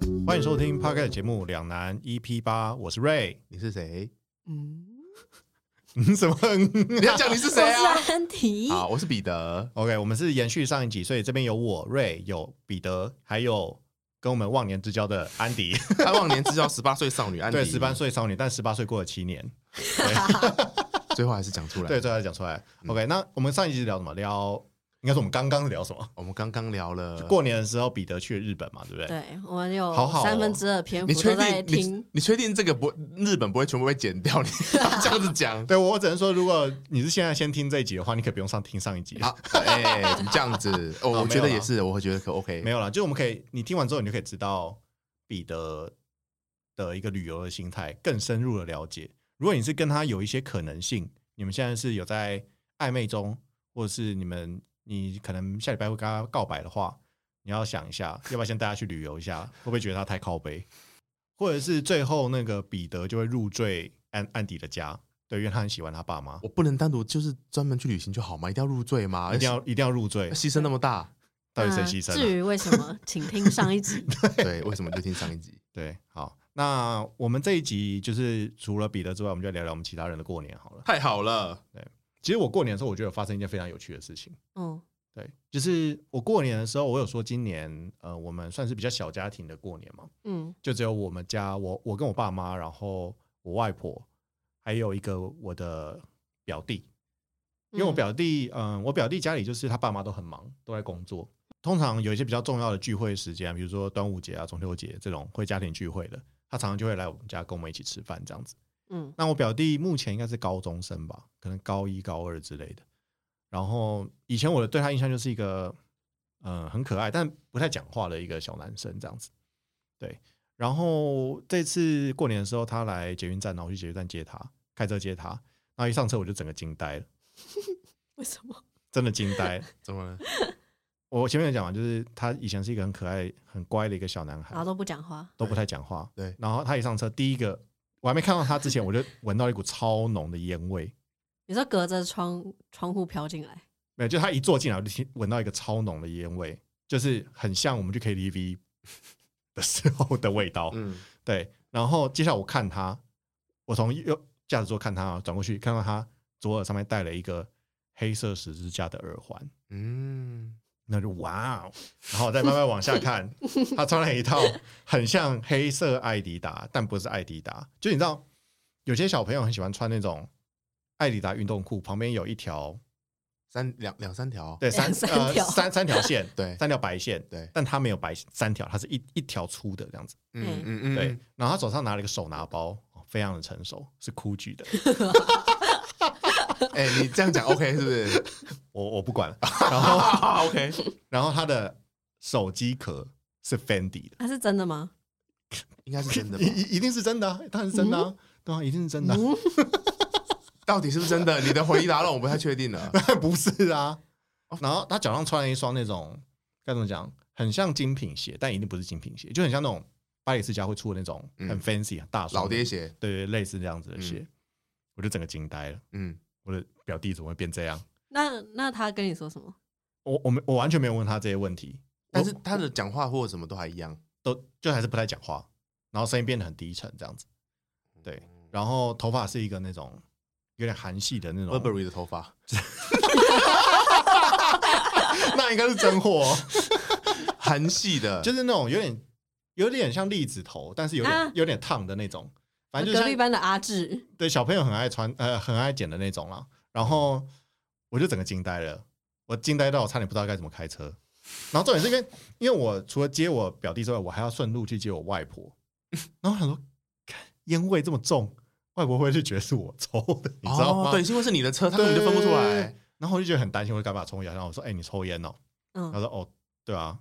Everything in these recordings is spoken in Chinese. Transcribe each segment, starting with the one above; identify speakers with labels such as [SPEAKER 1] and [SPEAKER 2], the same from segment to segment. [SPEAKER 1] 听 p o c k e t 节目《两难 EP 八》，我是 Ray。
[SPEAKER 2] 你是谁？
[SPEAKER 3] 嗯，
[SPEAKER 1] 嗯，什么嗯
[SPEAKER 2] 你要讲你是
[SPEAKER 3] 我
[SPEAKER 2] 谁啊？
[SPEAKER 3] 是安迪，
[SPEAKER 2] 好，我是彼得。
[SPEAKER 1] ？OK，我们是延续上一集，所以这边有我 Ray，有彼得，还有跟我们忘年之交的安迪。
[SPEAKER 2] 他忘年之交，十八岁少女安迪，
[SPEAKER 1] 对，十八，岁少女，但十八岁过了七年。
[SPEAKER 2] 最后还是讲出来。
[SPEAKER 1] 对，，最后才讲出来。OK，那
[SPEAKER 2] 嗯
[SPEAKER 1] 我们上一集聊什么？聊应该是我们刚刚聊什 么？
[SPEAKER 2] 我们刚刚聊了
[SPEAKER 1] 过年的时候，彼得去日本嘛，对不对？
[SPEAKER 3] 对我们有
[SPEAKER 1] 好好哦
[SPEAKER 3] 三分之二篇
[SPEAKER 2] 你
[SPEAKER 3] 幅
[SPEAKER 2] 确
[SPEAKER 3] 都在
[SPEAKER 2] 定
[SPEAKER 3] 听
[SPEAKER 2] 你，你确定这个不日本不会全部被剪掉？你 这样子讲
[SPEAKER 1] 对我只能说，如果你是现在先听这一集的话，你可不用上听上一集。
[SPEAKER 2] 好，哎、怎么这样子？哦，
[SPEAKER 1] 好
[SPEAKER 2] 我觉
[SPEAKER 1] 没有啦
[SPEAKER 2] 得也是，我会觉得可 OK。
[SPEAKER 1] 没有啦，就我们可以，你听完之后，你就可以知道彼得的一个旅游的心态，更深入的了解。如果你是跟他有一些可能性，你们现在是有在暧昧中，或者是你们你可能下礼拜会跟他告白的话，你要想一下，要不要先带他去旅游一下？ 会不会觉得他太靠背？或者是最后那个彼得就会入赘安安迪的家，对，因为他很喜欢他爸妈，
[SPEAKER 2] 我不能单独就是专门去旅行就好吗？一定要入赘吗？
[SPEAKER 1] 一定要一定要入赘
[SPEAKER 2] 要，牺牲那么大？
[SPEAKER 1] 到底谁
[SPEAKER 3] 那
[SPEAKER 1] 牺牲、啊？
[SPEAKER 3] 至于为什 么，请听上一集。
[SPEAKER 2] 对，为什么就听上一集？
[SPEAKER 1] 对，好，那我们这一集就是除了彼得之外，我们就聊聊我们其他人的过年好了。
[SPEAKER 2] 太好了，
[SPEAKER 1] 其实我过年的时候，我觉得有发生一件非常有趣的事情。
[SPEAKER 3] 嗯，
[SPEAKER 1] 对，就是我过年的时候，我有说今年呃，我们算是比较小家庭的过年嘛，
[SPEAKER 3] 嗯，
[SPEAKER 1] 就只有我们家，我我跟我爸妈，然后我外婆，还有一个我的表弟。因为我表弟，嗯、我表弟家里就是他爸妈都很忙，都在工作。通常有一些比较重要的聚会时间，比如说端午节啊、中秋节这种会家庭聚会的，他常常就会来我们家跟我们一起吃饭这样子。
[SPEAKER 3] 嗯，
[SPEAKER 1] 那我表弟目前应该是高中生吧，可能高一、高二之类的。然后以前我的对他印象就是一个，嗯、很可爱但不太讲话的一个小男生这样子。对，然后这次过年的时候，他来捷运站，然后我去捷运站接他，开车接他。然后一上车我就整个惊呆了，
[SPEAKER 3] 为什么？
[SPEAKER 1] 真的惊呆了。
[SPEAKER 2] 怎么了？
[SPEAKER 1] 我前面有讲完，就是他以前是一个很可爱、很乖的一个小男孩
[SPEAKER 3] 然后，都不讲话，
[SPEAKER 1] 都不太讲话。
[SPEAKER 2] 对
[SPEAKER 1] 然后他一上车，第一个我还没看到他之前，我就闻到一股超浓的烟味。
[SPEAKER 3] 你说隔着窗窗户飘进来，
[SPEAKER 1] 没有，就他一坐进来，我就听闻到一个超浓的烟味，就是很像我们去 KTV 的时候的味道。
[SPEAKER 2] 嗯，
[SPEAKER 1] 对，然后接下来我看他，我从右驾驶座看他，啊转过去看到他左耳上面戴了一个黑色十字架的耳环。
[SPEAKER 2] 嗯，
[SPEAKER 1] 那就哇哦，然后我再慢慢往下看，他穿了一套很像黑色艾迪达，但不是艾迪达。就你知道，有些小朋友很喜欢穿那种艾迪达运动裤，旁边有一条
[SPEAKER 2] 三两两三条，
[SPEAKER 1] 对三
[SPEAKER 3] 三
[SPEAKER 1] 呃
[SPEAKER 3] 条
[SPEAKER 1] 三三条线，
[SPEAKER 2] 对
[SPEAKER 1] 三条白线，
[SPEAKER 2] 对
[SPEAKER 1] 但他没有白三条，他是一一条粗的这样子。
[SPEAKER 2] 嗯嗯嗯，
[SPEAKER 1] 对，然后他手上拿了一个手拿包，哦非常的成熟，是 GUCCI 的。
[SPEAKER 2] 哎、你这样讲 OK 是不是？
[SPEAKER 1] 我我不管了。然 后
[SPEAKER 2] 啊 OK，
[SPEAKER 1] 然后他的手机壳是 Fendi 的。
[SPEAKER 3] 那啊是真的吗？
[SPEAKER 2] 应该是真的吧嗯
[SPEAKER 1] 一？一一定是真的、啊，当然是真的、啊，对啊，一定是真的啊、
[SPEAKER 3] 嗯，
[SPEAKER 2] 到底是不是真的？你的回答让我不太确定 了。
[SPEAKER 1] 不是啊。
[SPEAKER 2] 哦
[SPEAKER 1] 然后他脚上穿了一双那种该怎么讲，很像精品鞋，但一定不是精品鞋，就很像那种巴黎世家会出的那种
[SPEAKER 2] 嗯
[SPEAKER 1] 很 fancy 很大双
[SPEAKER 2] 老
[SPEAKER 1] 的
[SPEAKER 2] 爹，嗯鞋，
[SPEAKER 1] 对对，类似这样子的鞋，我就整个惊呆了，
[SPEAKER 2] 嗯，
[SPEAKER 1] 我的表弟怎么会变这样？
[SPEAKER 3] 那那他跟你说什么？
[SPEAKER 1] 我我没我完全没有问他这些问题，
[SPEAKER 2] 但是他的讲话或者什么都还一样。
[SPEAKER 1] 都就还是不太讲话，然后声音变得很低沉这样子，对，
[SPEAKER 2] 哦
[SPEAKER 1] 然后头发是一个那种有点韩系的那种
[SPEAKER 2] Burberry 的头发，
[SPEAKER 1] 那应该是真货、哦。
[SPEAKER 2] 韩系的，
[SPEAKER 1] 就是是那种有点有点像栗子头，但是有点、
[SPEAKER 3] 啊
[SPEAKER 1] 有点烫的那种，反正就
[SPEAKER 3] 隔壁
[SPEAKER 1] 像
[SPEAKER 3] 班的阿志，
[SPEAKER 1] 对小朋友很爱穿呃很爱剪的那种啦。然后我就整个惊呆了，我惊呆到我差点不知道该怎么开车。然后重点是因为因为我除了接我表弟之外，我还要顺路去接我外婆。然后我想说，看烟味这么重，外婆会不会是觉得是我抽的，你知道吗？
[SPEAKER 2] 对，因为是你的车，他根本就分不出来
[SPEAKER 1] 对。。然后我就觉得很担心，我就赶快把抽烟。然后我说：“哎、你抽烟哦、他
[SPEAKER 3] 嗯，
[SPEAKER 1] 说：“哦，对啊，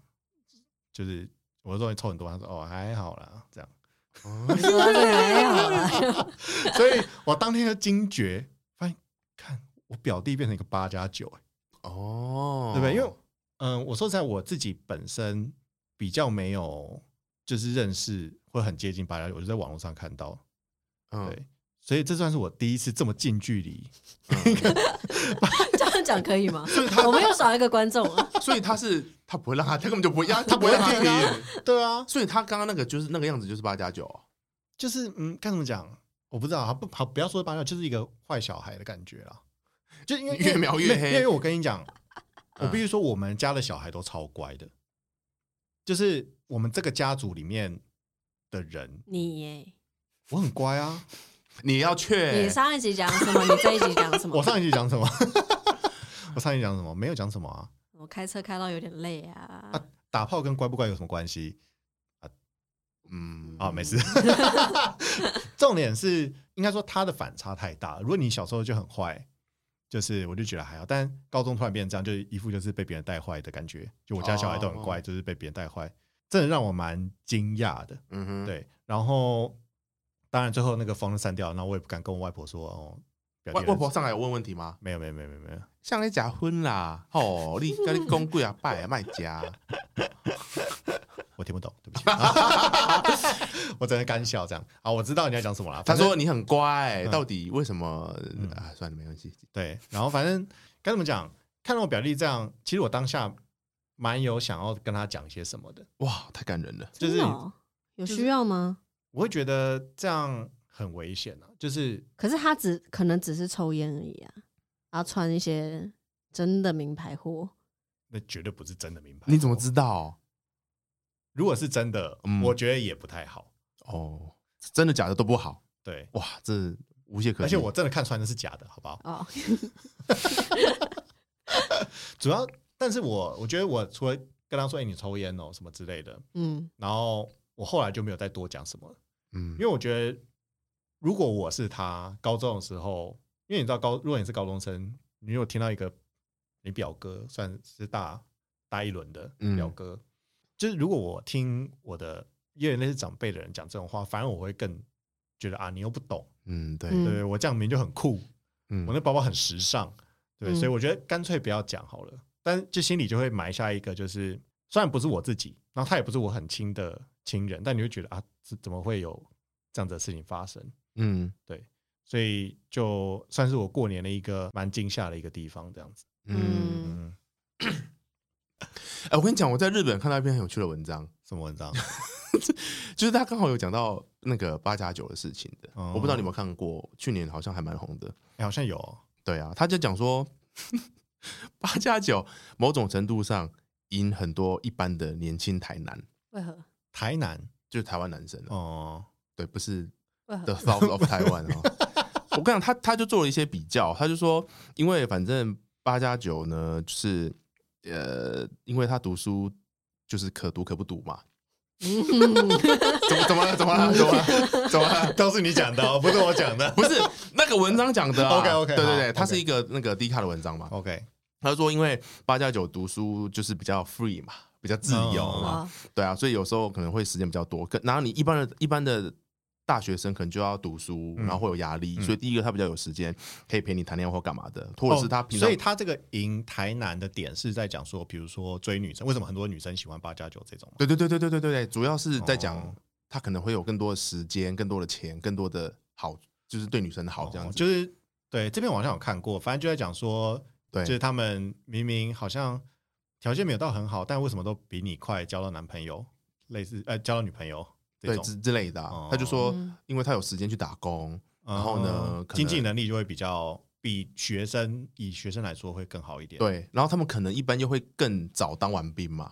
[SPEAKER 1] 就是我说你抽很多。”他说：“哦，还好啦，这样。
[SPEAKER 3] 我说这个还好啊啦，”
[SPEAKER 1] 所 以，我当天就惊觉，发现看我表弟变成一个八加九，欸
[SPEAKER 2] 哦
[SPEAKER 1] 对不对？因为嗯，我说实在，我自己本身比较没有就是认识会很接近八加九，我就在网络上看到，对，
[SPEAKER 2] 嗯，
[SPEAKER 1] 所以这算是我第一次这么近距离
[SPEAKER 2] 嗯
[SPEAKER 3] 这样讲 可以吗
[SPEAKER 2] 所以他？
[SPEAKER 3] 我们又少一个观众啊了。
[SPEAKER 2] 所以他是他不会让他，他根本就不会让他，他
[SPEAKER 1] 不
[SPEAKER 2] 不
[SPEAKER 1] 会
[SPEAKER 2] 会让他
[SPEAKER 1] 听啊
[SPEAKER 2] 听。
[SPEAKER 1] 对啊，
[SPEAKER 2] 所以他刚刚那个就是那个样子，就是八加九哦。
[SPEAKER 1] 就是嗯，该怎么讲？我不知道，他不好，不要说八卦，就是一个坏小孩的感觉啦。就因为
[SPEAKER 2] 越描越黑
[SPEAKER 1] 因为因为我跟你讲，我
[SPEAKER 2] 嗯
[SPEAKER 1] 必须说，我们家的小孩都超乖的，就是我们这个家族里面的人，
[SPEAKER 3] 你耶，
[SPEAKER 1] 我很乖 啊。
[SPEAKER 2] 嗯你要
[SPEAKER 3] 你
[SPEAKER 2] 确
[SPEAKER 3] 上一集讲什么？你这一集讲什么？
[SPEAKER 1] 我上一句讲什么？我上一句讲什么？没有讲什么啊。
[SPEAKER 3] 我开车开到有点累啊。
[SPEAKER 1] 啊打炮跟乖不乖有什么关系？
[SPEAKER 2] 嗯
[SPEAKER 1] 啊，没事。 重点是，应该说他的反差太大了。如果你小时候就很坏，就是我就觉得还好，但高中突然变成这样，就是一副就是被别人带坏的感觉。就我家小孩都很乖，
[SPEAKER 2] 哦
[SPEAKER 1] 就是被别人带坏，真的让我蛮惊讶的。
[SPEAKER 2] 嗯哼，
[SPEAKER 1] 对，然后当然最后那个风散掉，那我也不敢跟我外婆说哦。表弟
[SPEAKER 2] 外
[SPEAKER 1] 儿子
[SPEAKER 2] 外婆上来有问问题吗？
[SPEAKER 1] 没有没有没有没有没有，
[SPEAKER 2] 像你假婚啦，哦，你跟你公贵啊，拜啊，卖家，
[SPEAKER 1] 我听不懂， 对不起，我只能干笑这样啊。我知道你要讲什么了。
[SPEAKER 2] 他
[SPEAKER 1] 反正
[SPEAKER 2] 说你很乖，
[SPEAKER 1] 嗯
[SPEAKER 2] 到底为什么
[SPEAKER 1] 嗯？
[SPEAKER 2] 啊，算了，没关系。
[SPEAKER 1] 对，然后反正该怎么讲，看到我表弟这样，其实我当下蛮有想要跟他讲些什么的，
[SPEAKER 2] 哇，太感人了。
[SPEAKER 1] 就是
[SPEAKER 3] 真的哦有需要吗？
[SPEAKER 1] 我会觉得这样很危险啊，就是
[SPEAKER 3] 可是他只可能只是抽烟而已啊，然后穿一些真的名牌货。
[SPEAKER 1] 那绝对不是真的名牌。
[SPEAKER 2] 你怎么？知道？
[SPEAKER 1] 如果是真的，
[SPEAKER 2] 嗯
[SPEAKER 1] 我觉得也不太好。
[SPEAKER 2] 哦，真的假的都不好。
[SPEAKER 1] 对，
[SPEAKER 2] 哇，这无懈可击。
[SPEAKER 1] 而且我真的看穿的是假的，好不好？
[SPEAKER 3] 哦，
[SPEAKER 1] 主要，但是我我觉得我除了跟他说“哎、你抽烟哦”什么之类的，
[SPEAKER 3] 嗯，
[SPEAKER 1] 然后我后来就没有再多讲什么了。
[SPEAKER 2] 嗯
[SPEAKER 1] 因为我觉得，如果我是他高中的时候，因为你知道高，如果你是高中生，你有听到一个你表哥算是大大一轮的
[SPEAKER 2] 嗯
[SPEAKER 1] 表哥，就是如果我听我的因为那些长辈的人讲这种话，反而我会更觉得啊，你又不懂，
[SPEAKER 2] 嗯对，
[SPEAKER 3] 嗯
[SPEAKER 1] 对我这样明明就很酷，
[SPEAKER 2] 嗯
[SPEAKER 1] 我那包包很时尚，对，
[SPEAKER 3] 嗯
[SPEAKER 1] 所以我觉得干脆不要讲好了。但就心里就会埋下一个，就是虽然不是我自己，然后他也不是我很亲的亲人，但你会觉得啊，怎怎么会有这样子的事情发生？
[SPEAKER 2] 嗯
[SPEAKER 1] 所以就算是我过年的一个蛮惊吓的一个地方，这样子。
[SPEAKER 2] 嗯。
[SPEAKER 3] 嗯
[SPEAKER 1] 嗯，
[SPEAKER 2] 哎，我跟你讲，我在日本看到一篇很有趣的文章，
[SPEAKER 1] 什么文章？
[SPEAKER 2] 就是他刚好有讲到那个八加九的事情的。
[SPEAKER 1] 哦
[SPEAKER 2] 我不知道你有没有看过，去年好像还蛮红的。
[SPEAKER 1] 哎好像有哦
[SPEAKER 2] 对啊，他就讲说， 八加九某种程度上赢很多一般的年轻台男，
[SPEAKER 3] 为何？
[SPEAKER 1] 台南
[SPEAKER 2] 就是台湾男生了。
[SPEAKER 1] 哦，
[SPEAKER 2] 对，不是
[SPEAKER 3] 为何
[SPEAKER 2] The？South of Taiwan 哦。我跟你讲，他他就做了一些比较，他就说，因为反正八加九呢，就是呃，因为他读书就是可读可不读嘛。
[SPEAKER 3] 嗯
[SPEAKER 2] 怎么怎么了？怎么了？怎么了？怎么了？
[SPEAKER 1] 都是你讲的哦，不是我讲的。
[SPEAKER 2] 不是那个文章讲的、啊、
[SPEAKER 1] OK，OK，
[SPEAKER 2] 对对
[SPEAKER 1] 好
[SPEAKER 2] 对，它
[SPEAKER 1] OK
[SPEAKER 2] 是一个那个低卡的文章嘛。
[SPEAKER 1] OK，
[SPEAKER 2] 他说，因为八加九读书就是比较 free 嘛，比较自由
[SPEAKER 1] 嗯
[SPEAKER 2] 嘛，
[SPEAKER 3] 哦，
[SPEAKER 2] 对啊，所以有时候可能会时间比较多。跟然后你一般的一般的大学生可能就要读书，
[SPEAKER 1] 嗯
[SPEAKER 2] 然后会有压力，
[SPEAKER 1] 嗯
[SPEAKER 2] 所以第一个他比较有时间，可以陪你谈恋爱或干嘛的，或者是他
[SPEAKER 1] 哦
[SPEAKER 2] 平常、
[SPEAKER 1] 所以他这个赢台南的点是在讲说，比如说追女生，为什么很多女生喜欢八加九这种嘛？
[SPEAKER 2] 对对对对对对对对，主要是在讲、
[SPEAKER 1] 哦
[SPEAKER 2] 他可能会有更多的时间、更多的钱、更多的好，就是对女生的好这样
[SPEAKER 1] 哦
[SPEAKER 2] 子。
[SPEAKER 1] 就是对这篇我好像有看过，反正就在讲说，
[SPEAKER 2] 对
[SPEAKER 1] 就是他们明明好像条件没有到很好，但为什么都比你快交到男朋友，类似呃交到女朋友这
[SPEAKER 2] 对
[SPEAKER 1] 种。
[SPEAKER 2] 之之类的啊、
[SPEAKER 1] 哦
[SPEAKER 2] 他就说
[SPEAKER 3] 嗯，
[SPEAKER 2] 因为他有时间去打工，然后呢
[SPEAKER 1] 嗯
[SPEAKER 2] 可能
[SPEAKER 1] 经济能力就会比较比学生以学生来说会更好一点。，
[SPEAKER 2] 对，然后他们可能一般又会更早当完兵嘛。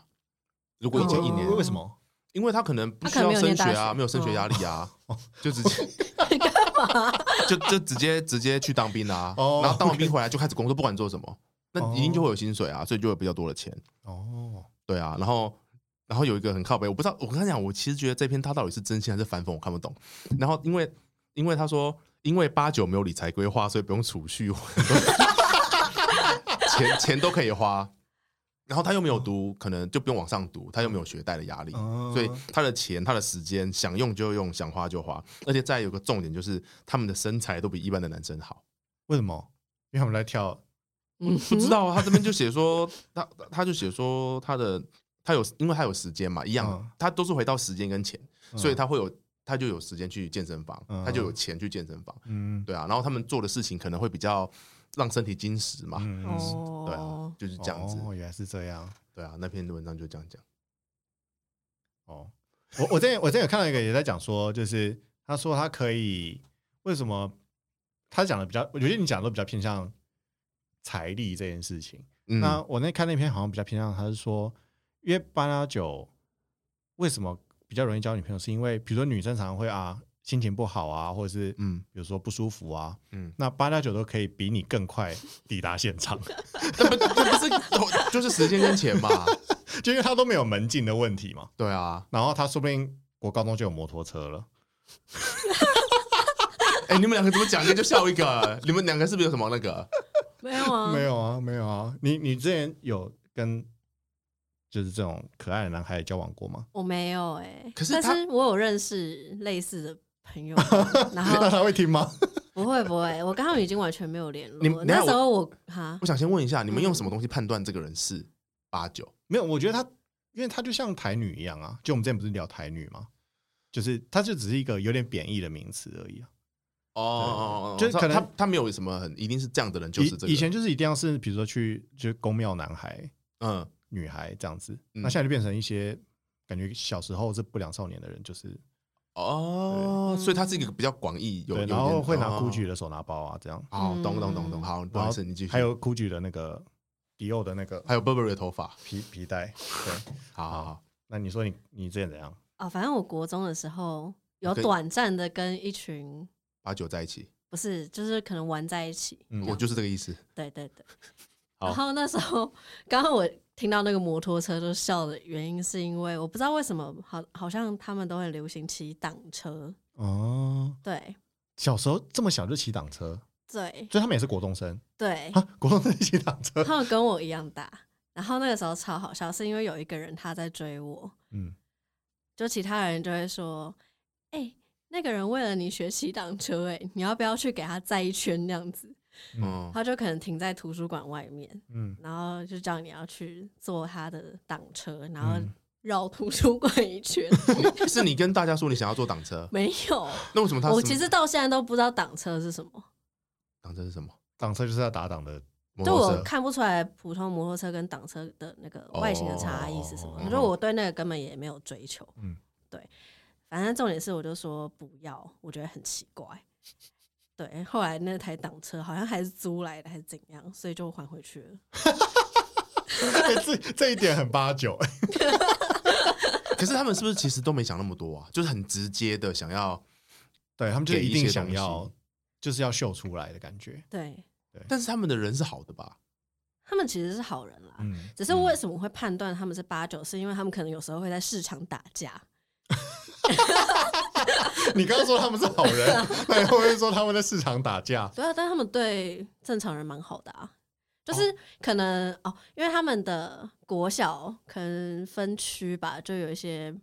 [SPEAKER 2] 如果
[SPEAKER 1] 为
[SPEAKER 2] 一
[SPEAKER 1] 什
[SPEAKER 2] 前
[SPEAKER 1] 么
[SPEAKER 2] 一年，
[SPEAKER 3] 哦
[SPEAKER 1] 为什么？
[SPEAKER 2] 因为他可能不
[SPEAKER 3] 他
[SPEAKER 2] 需
[SPEAKER 3] 可能
[SPEAKER 2] 要
[SPEAKER 3] 没有
[SPEAKER 2] 升
[SPEAKER 3] 念
[SPEAKER 2] 学
[SPEAKER 3] 大
[SPEAKER 2] 啊，
[SPEAKER 3] 学
[SPEAKER 2] 没有升学压力啊， 就 直接 就就直接直接去当兵啊，
[SPEAKER 1] 哦
[SPEAKER 2] 然后当完兵回来就开始工作，不管做什么，那一定就会有薪水啊，所以就会比较多的钱，
[SPEAKER 1] 哦，
[SPEAKER 2] 对啊，然后。然后有一个很靠北，我不知道，我跟他讲，我其实觉得这篇他到底是真心还是反讽，我看不懂。然后因为因为他说，因为八九没有理财规划，所以不用储蓄，钱钱都可以花。然后他又没有读，可能就不用往上读，他又没有学贷的压力，
[SPEAKER 1] 嗯
[SPEAKER 2] 所以他的钱、他的时间想用就用，想花就花。而且再有个重点就是，他们的身材都比一般的男生好。
[SPEAKER 1] 为什么？因为他们在跳
[SPEAKER 3] 嗯
[SPEAKER 2] 不知道啊，他这边就写说，他他就写说他的他有，因为他有时间嘛，一样，
[SPEAKER 1] 嗯
[SPEAKER 2] 他都是回到时间跟钱，
[SPEAKER 1] 嗯
[SPEAKER 2] 所以他会有他就有时间去健身房，
[SPEAKER 1] 嗯
[SPEAKER 2] 他就有钱去健身房，
[SPEAKER 1] 嗯
[SPEAKER 2] 对啊。然后他们做的事情可能会比较让身体精实嘛，
[SPEAKER 1] 嗯
[SPEAKER 2] 对啊
[SPEAKER 3] 哦，，
[SPEAKER 2] 就是这样子，
[SPEAKER 1] 哦，原来是这样
[SPEAKER 2] 对啊，那篇文章就这样讲，
[SPEAKER 1] 哦。我我之前我之前有看到一个也在讲说，就是他说他可以为什么他讲的比较，我觉得你讲的都比较偏向财力这件事情。
[SPEAKER 2] 嗯，
[SPEAKER 1] 那我那看那篇好像比较偏向，他是说，因为八加九为什么比较容易交女朋友，是因为比如说女生常常会啊心情不好啊，或者是
[SPEAKER 2] 嗯
[SPEAKER 1] 比如说不舒服啊，
[SPEAKER 2] 嗯，
[SPEAKER 1] 那八加九都可以比你更快抵达现场，
[SPEAKER 2] 这不这不是 就是时间跟钱嘛，
[SPEAKER 1] 就因为他都没有门禁的问题嘛。
[SPEAKER 2] 对啊，
[SPEAKER 1] 然后他说不定国高中就有摩托车了，
[SPEAKER 2] 哎，你们两个怎么讲一个就笑一个，啊你们两个是不是有什么那个？
[SPEAKER 3] 没有啊，
[SPEAKER 1] 没有啊，没有啊。你你之前有跟就是这种可爱的男孩交往过吗？
[SPEAKER 3] 我没有哎，
[SPEAKER 2] 可是
[SPEAKER 3] 但
[SPEAKER 2] 他
[SPEAKER 3] 是我有认识类似的朋友， 啊然
[SPEAKER 1] 那
[SPEAKER 3] 后
[SPEAKER 1] 他会听吗？
[SPEAKER 3] 不会不会，我跟他们已经完全没有联
[SPEAKER 2] 你
[SPEAKER 3] 络。
[SPEAKER 2] 等一
[SPEAKER 3] 那
[SPEAKER 2] 下
[SPEAKER 3] 时候我哈
[SPEAKER 2] 我，想先问一下，你们用什么东西判断这个人是八九？
[SPEAKER 1] 没有，我觉得他，因为他就像台女一样啊，就我们之前不是聊台女吗？就是他就只是一个有点贬义的名词而已啊。
[SPEAKER 2] 哦，
[SPEAKER 1] 就是可能
[SPEAKER 2] 他他没有什么很一定是这样的人，就是这个
[SPEAKER 1] 以以前就是一定要是比如说去就是宫庙男孩、
[SPEAKER 2] 嗯
[SPEAKER 1] 女孩这样子，
[SPEAKER 2] 嗯
[SPEAKER 1] 那现在就变成一些感觉小时候是不良少年的人，就是
[SPEAKER 2] 哦，所以他是一个比较广义有，
[SPEAKER 1] 对，
[SPEAKER 2] 有
[SPEAKER 1] 然后
[SPEAKER 2] 点
[SPEAKER 1] 会拿
[SPEAKER 2] 哦
[SPEAKER 1] GUCCI 的手拿包啊这样，
[SPEAKER 2] 哦，懂懂懂懂，
[SPEAKER 3] 嗯
[SPEAKER 2] 好，不
[SPEAKER 1] 然
[SPEAKER 2] 好
[SPEAKER 1] 后
[SPEAKER 2] 意思，你继续。
[SPEAKER 1] 还有 GUCCI 的那个迪奥的那个
[SPEAKER 2] 还有 Burberry 的头发，
[SPEAKER 1] 皮皮带，对。
[SPEAKER 2] 好好好，
[SPEAKER 1] 那你说你你之前怎样？
[SPEAKER 3] 啊，反正我国中的时候有
[SPEAKER 2] 可以
[SPEAKER 3] 短暂的跟一群
[SPEAKER 2] 八九在一起，
[SPEAKER 3] 不是，就是可能玩在一起。
[SPEAKER 1] 嗯
[SPEAKER 2] 我就是这个意思。
[SPEAKER 3] 对对对。
[SPEAKER 2] 好
[SPEAKER 3] 然后那时候，刚刚我听到那个摩托车就笑的原因，是因为我不知道为什么，好好像他们都很流行骑挡车。
[SPEAKER 1] 哦，
[SPEAKER 3] 对
[SPEAKER 1] 小时候这么小就骑挡车，
[SPEAKER 3] 对
[SPEAKER 1] 所以他们也是国中生
[SPEAKER 3] 对，
[SPEAKER 1] 啊， 国中生骑挡车，
[SPEAKER 3] 他们跟我一样大。然后那个时候超好笑，是因为有一个人他在追我，
[SPEAKER 1] 嗯，
[SPEAKER 3] 就其他人就会说：“哎、那个人为了你学骑挡车、哎，你要不要去给他载一圈那样子？”
[SPEAKER 2] 嗯，
[SPEAKER 3] 他就可能停在图书馆外面，
[SPEAKER 1] 嗯，
[SPEAKER 3] 然后就叫你要去坐他的挡车，然后
[SPEAKER 1] 嗯
[SPEAKER 3] 绕图书馆一圈。
[SPEAKER 2] 嗯是你跟大家说你想要坐挡车，
[SPEAKER 3] 没有，
[SPEAKER 2] 那为什么他
[SPEAKER 3] 我
[SPEAKER 2] 是
[SPEAKER 3] 其实到现在都不知道挡车是什么，
[SPEAKER 2] 挡车是什么？
[SPEAKER 1] 挡车就是要打挡的，
[SPEAKER 2] 摩
[SPEAKER 3] 就
[SPEAKER 2] 托
[SPEAKER 3] 我
[SPEAKER 2] 车
[SPEAKER 3] 看不出来普通摩托车跟挡车的那个外形的差异是什么。
[SPEAKER 2] 哦
[SPEAKER 3] 我觉得我对那个根本也没有追求。
[SPEAKER 1] 嗯
[SPEAKER 3] 嗯，对，反正重点是我就说不要，我觉得很奇怪。对，后来那台挡车好像还是租来的还是怎样，所以就还回去了。
[SPEAKER 1] 这这一点很八九，
[SPEAKER 2] 可是他们是不是其实都没想那么多啊？就是很直接的想要，
[SPEAKER 1] 对他们就是
[SPEAKER 2] 给一
[SPEAKER 1] 一定
[SPEAKER 2] 些
[SPEAKER 1] 想
[SPEAKER 2] 东
[SPEAKER 1] 要
[SPEAKER 2] 西，
[SPEAKER 1] 就是要秀出来的感觉，
[SPEAKER 3] 对
[SPEAKER 2] 但是他们的人是好的吧？
[SPEAKER 3] 他们其实是好人啦，
[SPEAKER 1] 嗯，
[SPEAKER 3] 只是为什么会判断他们是八九，是因为他们可能有时候会在市场打架。
[SPEAKER 1] 你刚刚说他们是好人，那你会不会说他们在市场打架？
[SPEAKER 3] 对啊，但他们对正常人蛮好的啊，就是可能哦因为他们的国小可能分区吧，就有一些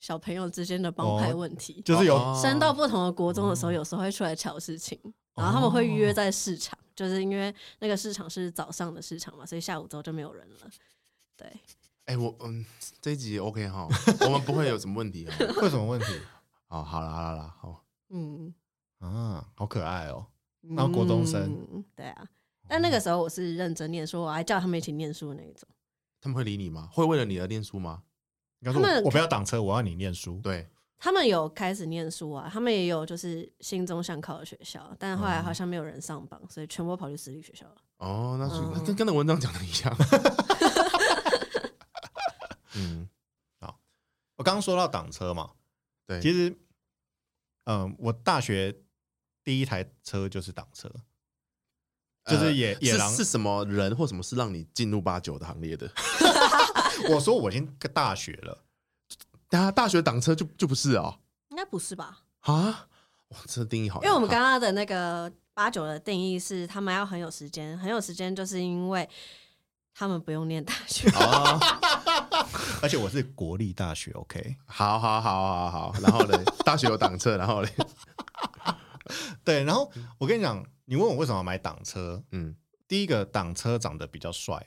[SPEAKER 3] 小朋友之间的帮派问题，
[SPEAKER 1] 就是有
[SPEAKER 2] 哦
[SPEAKER 3] 升到不同的国中的时候，有时候会出来挑事情，然后他们会约在市场，就是因为那个市场是早上的市场嘛，所以下午之后就没有人了。对，
[SPEAKER 2] 哎，我嗯，这一集 OK 哈，我们不会有什么问题哈。
[SPEAKER 1] 会有什么问题
[SPEAKER 2] 哦，好啦好啦好啦，好，
[SPEAKER 3] 嗯，
[SPEAKER 1] 啊？好可爱哦，然后国中生
[SPEAKER 3] 嗯对啊。但那个时候我是认真念书，我还叫他们一起念书的那一种。
[SPEAKER 2] 他们会理你吗？会为了你而念书吗？
[SPEAKER 1] 你刚说
[SPEAKER 3] 他
[SPEAKER 1] 我
[SPEAKER 3] 们
[SPEAKER 1] 我不要挡车，我要你念书，
[SPEAKER 2] 对，
[SPEAKER 3] 他们有开始念书啊，他们也有就是心中想考的学校，但后来好像没有人上榜，所以全部跑去私立学校了。
[SPEAKER 2] 哦，那是
[SPEAKER 3] 嗯
[SPEAKER 2] 那跟跟那文章讲的一 样。嗯，
[SPEAKER 1] 我刚刚说到挡车嘛，
[SPEAKER 2] 对，
[SPEAKER 1] 其实，嗯，我大学第一台车就是挡车，呃就是野野狼
[SPEAKER 2] 呃是是什么人或什么事让你进入八九的行列的？
[SPEAKER 1] 我说我已经大学了，
[SPEAKER 2] 大家大学挡车就就不是哦
[SPEAKER 3] 应该不是吧？
[SPEAKER 2] 啊！哇，这定义好
[SPEAKER 3] 因
[SPEAKER 2] 严格，
[SPEAKER 3] 为我们刚刚的那个八九的定义是，他们要很有时间，很有时间就是因为他们不用念大学。
[SPEAKER 2] 啊，
[SPEAKER 1] 而且我是国立大学，OK，
[SPEAKER 2] 好好好好好，然后呢，大学有挡车，然后呢，
[SPEAKER 1] 对。然后我跟你讲，你问我为什么要买挡车，
[SPEAKER 2] 嗯
[SPEAKER 1] 第一个挡车长得比较帅，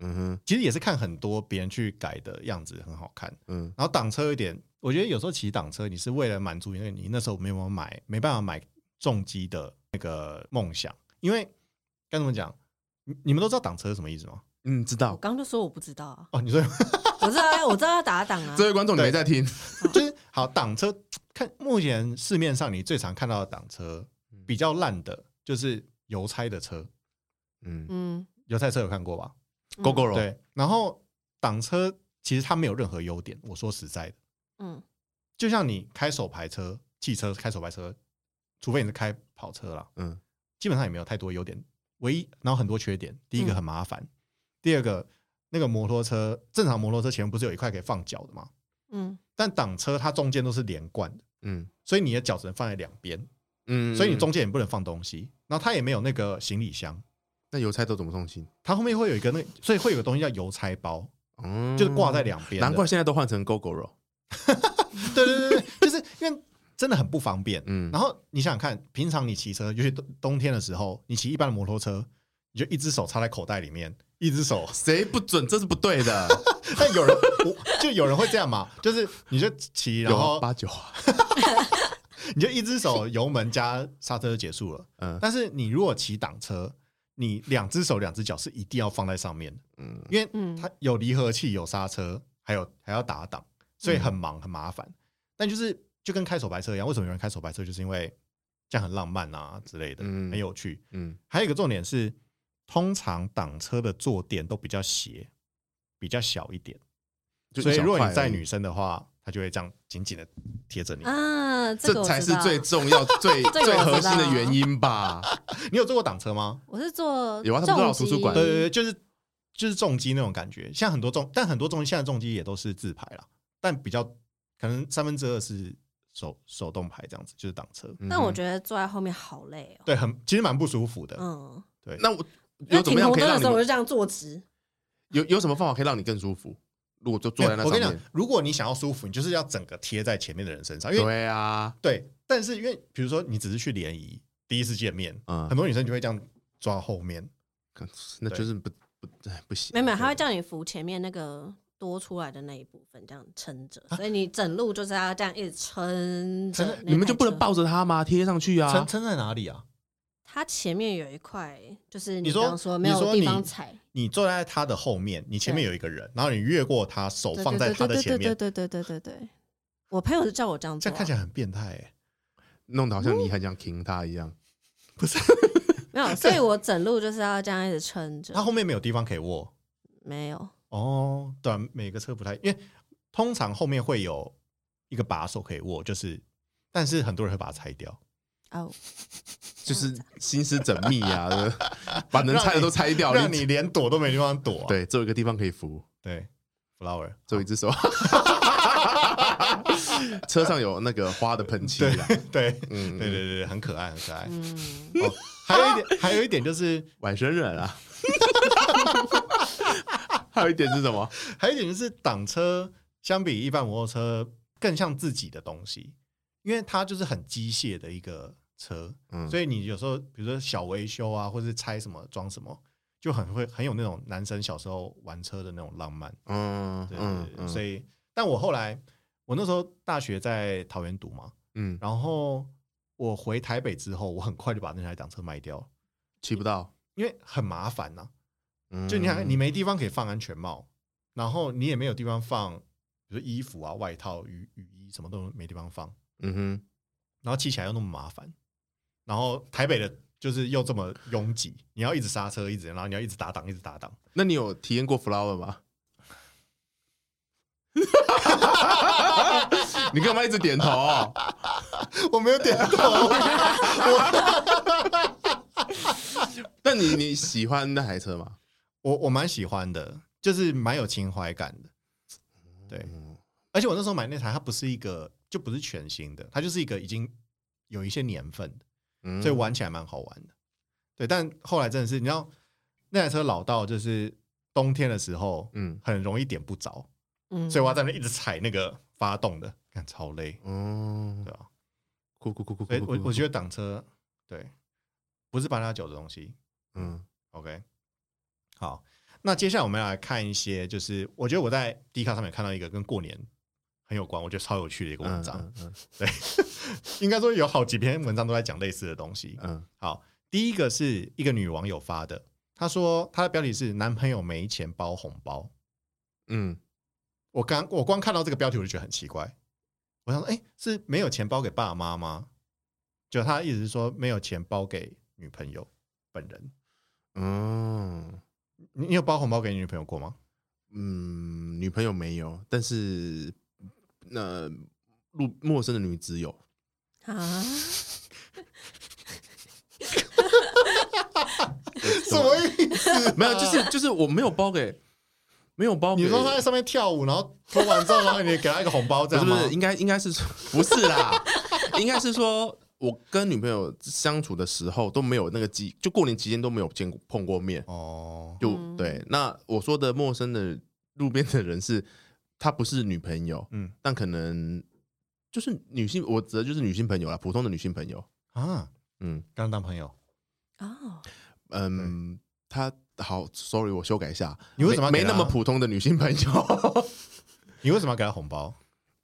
[SPEAKER 2] 嗯哼
[SPEAKER 1] 其实也是看很多别人去改的样子很好看。
[SPEAKER 2] 嗯
[SPEAKER 1] 然后挡车有点，我觉得有时候骑挡车，你是为了满足你那个你那时候没有买，没办法买重机的那个梦想，因为该怎么讲？你你们都知道挡车是什么意思吗？
[SPEAKER 2] 嗯，知
[SPEAKER 3] 我
[SPEAKER 2] 道。
[SPEAKER 3] 刚就说我不知道啊，
[SPEAKER 1] 哦，你说
[SPEAKER 3] 我知道要我知道要打档啊，
[SPEAKER 2] 这位观众你没在听，
[SPEAKER 1] 就是好挡车，看目前市面上你最常看到的挡车比较烂的，就是邮差的车，
[SPEAKER 2] 嗯
[SPEAKER 3] 嗯，
[SPEAKER 1] 邮差车有看过吧？
[SPEAKER 3] 嗯
[SPEAKER 2] ，Go Go 罗，
[SPEAKER 1] 对，然后挡车其实它没有任何优点，我说实在的，
[SPEAKER 3] 嗯
[SPEAKER 1] 就像你开手排车、汽车开手排车，除非你是开跑车啦，
[SPEAKER 2] 嗯，
[SPEAKER 1] 基本上也没有太多优点，唯一然后很多缺点，第一个
[SPEAKER 3] 嗯
[SPEAKER 1] 很麻烦，第二个那个摩托车正常摩托车前面不是有一块可以放脚的吗？
[SPEAKER 3] 嗯
[SPEAKER 1] 但挡车它中间都是连贯的，
[SPEAKER 2] 嗯
[SPEAKER 1] 所以你的脚只能放在两边，
[SPEAKER 2] 嗯，
[SPEAKER 1] 所以你中间也不能放东西，然后它也没有那个行李箱，
[SPEAKER 2] 那邮差都怎么送信？
[SPEAKER 1] 它后面会有一个那个，所以会有个东西叫邮差包，
[SPEAKER 2] 嗯，
[SPEAKER 1] 就是挂在，两边的。
[SPEAKER 2] 难怪现在都换成 Go Go 罗，
[SPEAKER 1] 对对对，对， 就是因为真的很不方便。
[SPEAKER 2] 嗯，
[SPEAKER 1] 然后你想想看，平常你骑车，尤其冬冬天的时候，你骑一般的摩托车，你就一只手插在口袋里面，一只手。
[SPEAKER 2] 谁不准？这是不对的。
[SPEAKER 1] 但 有人我就有人会这样嘛，就是你就骑，然
[SPEAKER 2] 有啊
[SPEAKER 1] 后
[SPEAKER 2] 八九啊，
[SPEAKER 1] 你就一只手油门加刹车就结束了。
[SPEAKER 2] 嗯
[SPEAKER 1] 但是你如果骑挡车，你两只手两只脚是一定要放在上面的，
[SPEAKER 2] 嗯
[SPEAKER 1] 因为
[SPEAKER 3] 嗯
[SPEAKER 1] 它有离合器、有刹车，还有还要打档，所以
[SPEAKER 3] 嗯
[SPEAKER 1] 很忙很麻烦。但就是就跟开手排车一样，为什么有人开手排车，就是因为这样很浪漫啊之类的，
[SPEAKER 2] 嗯
[SPEAKER 1] 很有趣。
[SPEAKER 2] 嗯
[SPEAKER 1] 还有一个重点是，通常挡车的坐垫都比较斜，比较小一点，
[SPEAKER 2] 就
[SPEAKER 1] 所以
[SPEAKER 2] 一小
[SPEAKER 1] 如果
[SPEAKER 2] 块
[SPEAKER 1] 你载
[SPEAKER 2] 而已
[SPEAKER 1] 女生的话，她就会这样紧紧的贴着你。
[SPEAKER 3] 啊，这个
[SPEAKER 2] 这
[SPEAKER 3] 我
[SPEAKER 2] 才
[SPEAKER 3] 知
[SPEAKER 2] 是
[SPEAKER 3] 道
[SPEAKER 2] 最 重要、最
[SPEAKER 3] 这个我
[SPEAKER 2] 最
[SPEAKER 3] 知
[SPEAKER 2] 核心的
[SPEAKER 3] 道
[SPEAKER 2] 原因吧？
[SPEAKER 1] 你有坐过挡车吗？
[SPEAKER 3] 我是做
[SPEAKER 2] 有啊他们
[SPEAKER 3] 重
[SPEAKER 2] 都有图书
[SPEAKER 3] 机
[SPEAKER 2] 馆
[SPEAKER 1] 对对对，就是就是重机那种感觉，像很多重，但很多重机现在重机也都是自排啦，但比较可能三分之二是手手动排这样子，就是挡车，
[SPEAKER 2] 嗯
[SPEAKER 3] 但我觉得坐在后面好累哦，
[SPEAKER 1] 对，很其实蛮不舒服的。
[SPEAKER 3] 嗯，
[SPEAKER 1] 对，
[SPEAKER 2] 那我
[SPEAKER 3] 因为
[SPEAKER 2] 有
[SPEAKER 3] 停
[SPEAKER 2] 怎么样
[SPEAKER 3] 红
[SPEAKER 2] 可以
[SPEAKER 3] 灯的时候
[SPEAKER 2] 让
[SPEAKER 3] 我
[SPEAKER 2] 你
[SPEAKER 3] 就这样坐直，
[SPEAKER 2] 有有什么方法可以让你更舒服？如果就坐在那
[SPEAKER 1] 没有
[SPEAKER 2] 上
[SPEAKER 1] 我跟你
[SPEAKER 2] 面
[SPEAKER 1] 讲，，如果你想要舒服，你就是要整个贴在前面的人身上，因为
[SPEAKER 2] 对啊，
[SPEAKER 1] 对，但是因为比如说你只是去联谊，第一次见面，
[SPEAKER 2] 嗯
[SPEAKER 1] 很多女生就会这样抓后面，
[SPEAKER 2] 可那
[SPEAKER 1] 对
[SPEAKER 2] 就是不不哎不行，
[SPEAKER 3] 没有没有，他会叫你扶前面那个。多出来的那一部分这样撑着，所以你整路就是要这样一直撑
[SPEAKER 1] 啊
[SPEAKER 3] 着
[SPEAKER 1] 撑着
[SPEAKER 3] 那台车。
[SPEAKER 2] 你们就不能抱着它吗？贴上去
[SPEAKER 1] 撑
[SPEAKER 2] 啊！
[SPEAKER 1] 撑在哪里啊？
[SPEAKER 3] 它前面有一块，就是
[SPEAKER 1] 你
[SPEAKER 3] 刚
[SPEAKER 1] 说
[SPEAKER 3] 刚说没有
[SPEAKER 1] 你说
[SPEAKER 3] 地方
[SPEAKER 1] 你
[SPEAKER 3] 踩，
[SPEAKER 1] 你坐在他的后面，你前面有一个人，然后你越过他，手
[SPEAKER 3] 对
[SPEAKER 1] 哦放在他的前面，
[SPEAKER 3] 对对对对对对对对，我朋友就叫我这样
[SPEAKER 1] 这
[SPEAKER 3] 做、
[SPEAKER 1] 样
[SPEAKER 3] 啊，
[SPEAKER 1] 看起来很变态哎、
[SPEAKER 2] 弄得好像你很想停它一样。
[SPEAKER 3] 没有，所以我整路就是要这样一直撑着
[SPEAKER 1] 它。后面没有地方可以握。
[SPEAKER 3] 没有，
[SPEAKER 1] 哦，对啊、每个车不太，因为通常后面会有一个把手可以握，就是，但是很多人会把它拆掉，
[SPEAKER 3] 哦，
[SPEAKER 2] 就是
[SPEAKER 1] 啊
[SPEAKER 3] 这样子
[SPEAKER 2] 心思缜密啊， 把能拆的都拆掉，
[SPEAKER 1] 让你连躲都没地方躲啊、
[SPEAKER 2] 对，只有一个地方可以扶，
[SPEAKER 1] 对，flower，
[SPEAKER 2] 只有一只手。 车上有那个花的喷漆
[SPEAKER 1] 对
[SPEAKER 2] 啦，
[SPEAKER 1] 对
[SPEAKER 2] 嗯，
[SPEAKER 1] 对对对对，很可爱，很可爱。
[SPEAKER 3] 嗯，
[SPEAKER 1] 哦、还有一点，还有一点就是，
[SPEAKER 2] 晚生人啊。 还有一点是什么？
[SPEAKER 1] 还有一点就是，挡车相比一般摩托车更像自己的东西，因为它就是很机械的一个车，
[SPEAKER 2] 嗯
[SPEAKER 1] 所以你有时候比如说小维修啊，或是拆什么装什么，就很会很有那种男生小时候玩车的那种浪漫。
[SPEAKER 2] 嗯
[SPEAKER 1] 对
[SPEAKER 2] 嗯
[SPEAKER 1] 对对
[SPEAKER 2] 嗯，
[SPEAKER 1] 所
[SPEAKER 2] 以
[SPEAKER 1] 以，但我后来我那时候大学在桃园读嘛，
[SPEAKER 2] 嗯
[SPEAKER 1] 然后我回台北之后，我很快就把那台挡车卖掉了，
[SPEAKER 2] 骑不到，
[SPEAKER 1] 因为很麻烦呐、
[SPEAKER 2] 嗯
[SPEAKER 1] 就你想，你没地方可以放安全帽，然后你也没有地方放，比如说衣服啊、外套、雨雨衣，什么都没地方放，
[SPEAKER 2] 嗯哼，
[SPEAKER 1] 然后骑起来又那么麻烦，然后台北的就是又这么拥挤，你要一直刹车，一直，然后你要一直打档，一直打档。
[SPEAKER 2] 那你有体验过 flower 吗？ 你干嘛一直点头、
[SPEAKER 1] 我没有 点头，
[SPEAKER 2] 那你你喜欢那台车吗？
[SPEAKER 1] 我我蛮喜欢的，就是蛮有情怀感的。对，
[SPEAKER 2] 嗯
[SPEAKER 1] 而且我那时候买那台，它不是一个，就不是全新的，它就是一个已经有一些年份的。
[SPEAKER 2] 嗯
[SPEAKER 1] 所以玩起来蛮好玩的。对，但后来真的是，你知道那台车老到就是冬天的时候，
[SPEAKER 2] 嗯
[SPEAKER 1] 很容易点不着，
[SPEAKER 3] 嗯
[SPEAKER 1] 所以我要在那一直踩那个发动的，看超 累，
[SPEAKER 2] 哦
[SPEAKER 1] 嗯对，啊？
[SPEAKER 2] 酷酷酷酷
[SPEAKER 1] 所
[SPEAKER 2] 酷
[SPEAKER 1] 以
[SPEAKER 2] 酷，
[SPEAKER 1] 我我觉
[SPEAKER 2] 得
[SPEAKER 1] 得挡车对，不是八加九的东西。
[SPEAKER 2] 嗯
[SPEAKER 1] OK，好，那接下来我们要来看一些，就是我觉得我在 D 卡上面看到一个跟过年很有关，我觉得超有趣的一个文
[SPEAKER 2] 嗯
[SPEAKER 1] 章。
[SPEAKER 2] 嗯
[SPEAKER 1] 对，应该说有好几篇文章都在讲类似的东西。
[SPEAKER 2] 嗯
[SPEAKER 1] 好，第一个是一个女网友发的，她说她的标题是“男朋友没钱包红包
[SPEAKER 2] 嗯，”。
[SPEAKER 1] 我刚我光看到这个标题我就觉得很奇怪，我想说，哎、是没有钱包给爸妈吗？就她一直说没有钱包给女朋友本人。
[SPEAKER 2] 嗯
[SPEAKER 1] 你你有包红包给你女朋友过吗？
[SPEAKER 2] 嗯，女朋友没有，但是那路陌生的女子有，
[SPEAKER 3] 啊，
[SPEAKER 1] 什么意思？啊
[SPEAKER 2] 没有？就是就是我没有包给，没有包给。
[SPEAKER 1] 你说她在上面跳舞，然后脱完之后，然后你给她一个红包，这
[SPEAKER 2] 不是
[SPEAKER 1] 样
[SPEAKER 2] 不
[SPEAKER 1] 吗？
[SPEAKER 2] 是，应该应该是说不是啦， 应该是说我跟女朋友相处的时候都没有那个机，就过年期间都没有见过碰过面，
[SPEAKER 1] 哦，
[SPEAKER 2] 就、
[SPEAKER 3] 嗯
[SPEAKER 2] 对。那我说的陌生的路边的人是，她不是女朋友，
[SPEAKER 1] 嗯
[SPEAKER 2] 但可能就是女性，我指的就是女性朋友啦，普通的女性朋友，
[SPEAKER 1] 啊，
[SPEAKER 2] 嗯
[SPEAKER 1] 跟她当朋友，
[SPEAKER 3] 哦，
[SPEAKER 2] 嗯，她。好，sorry，我修改一下。
[SPEAKER 1] 你为什么要
[SPEAKER 2] 没
[SPEAKER 1] 给
[SPEAKER 2] 没
[SPEAKER 1] 她
[SPEAKER 2] 那么普通的女性朋友？
[SPEAKER 1] 你为什么要给她红包？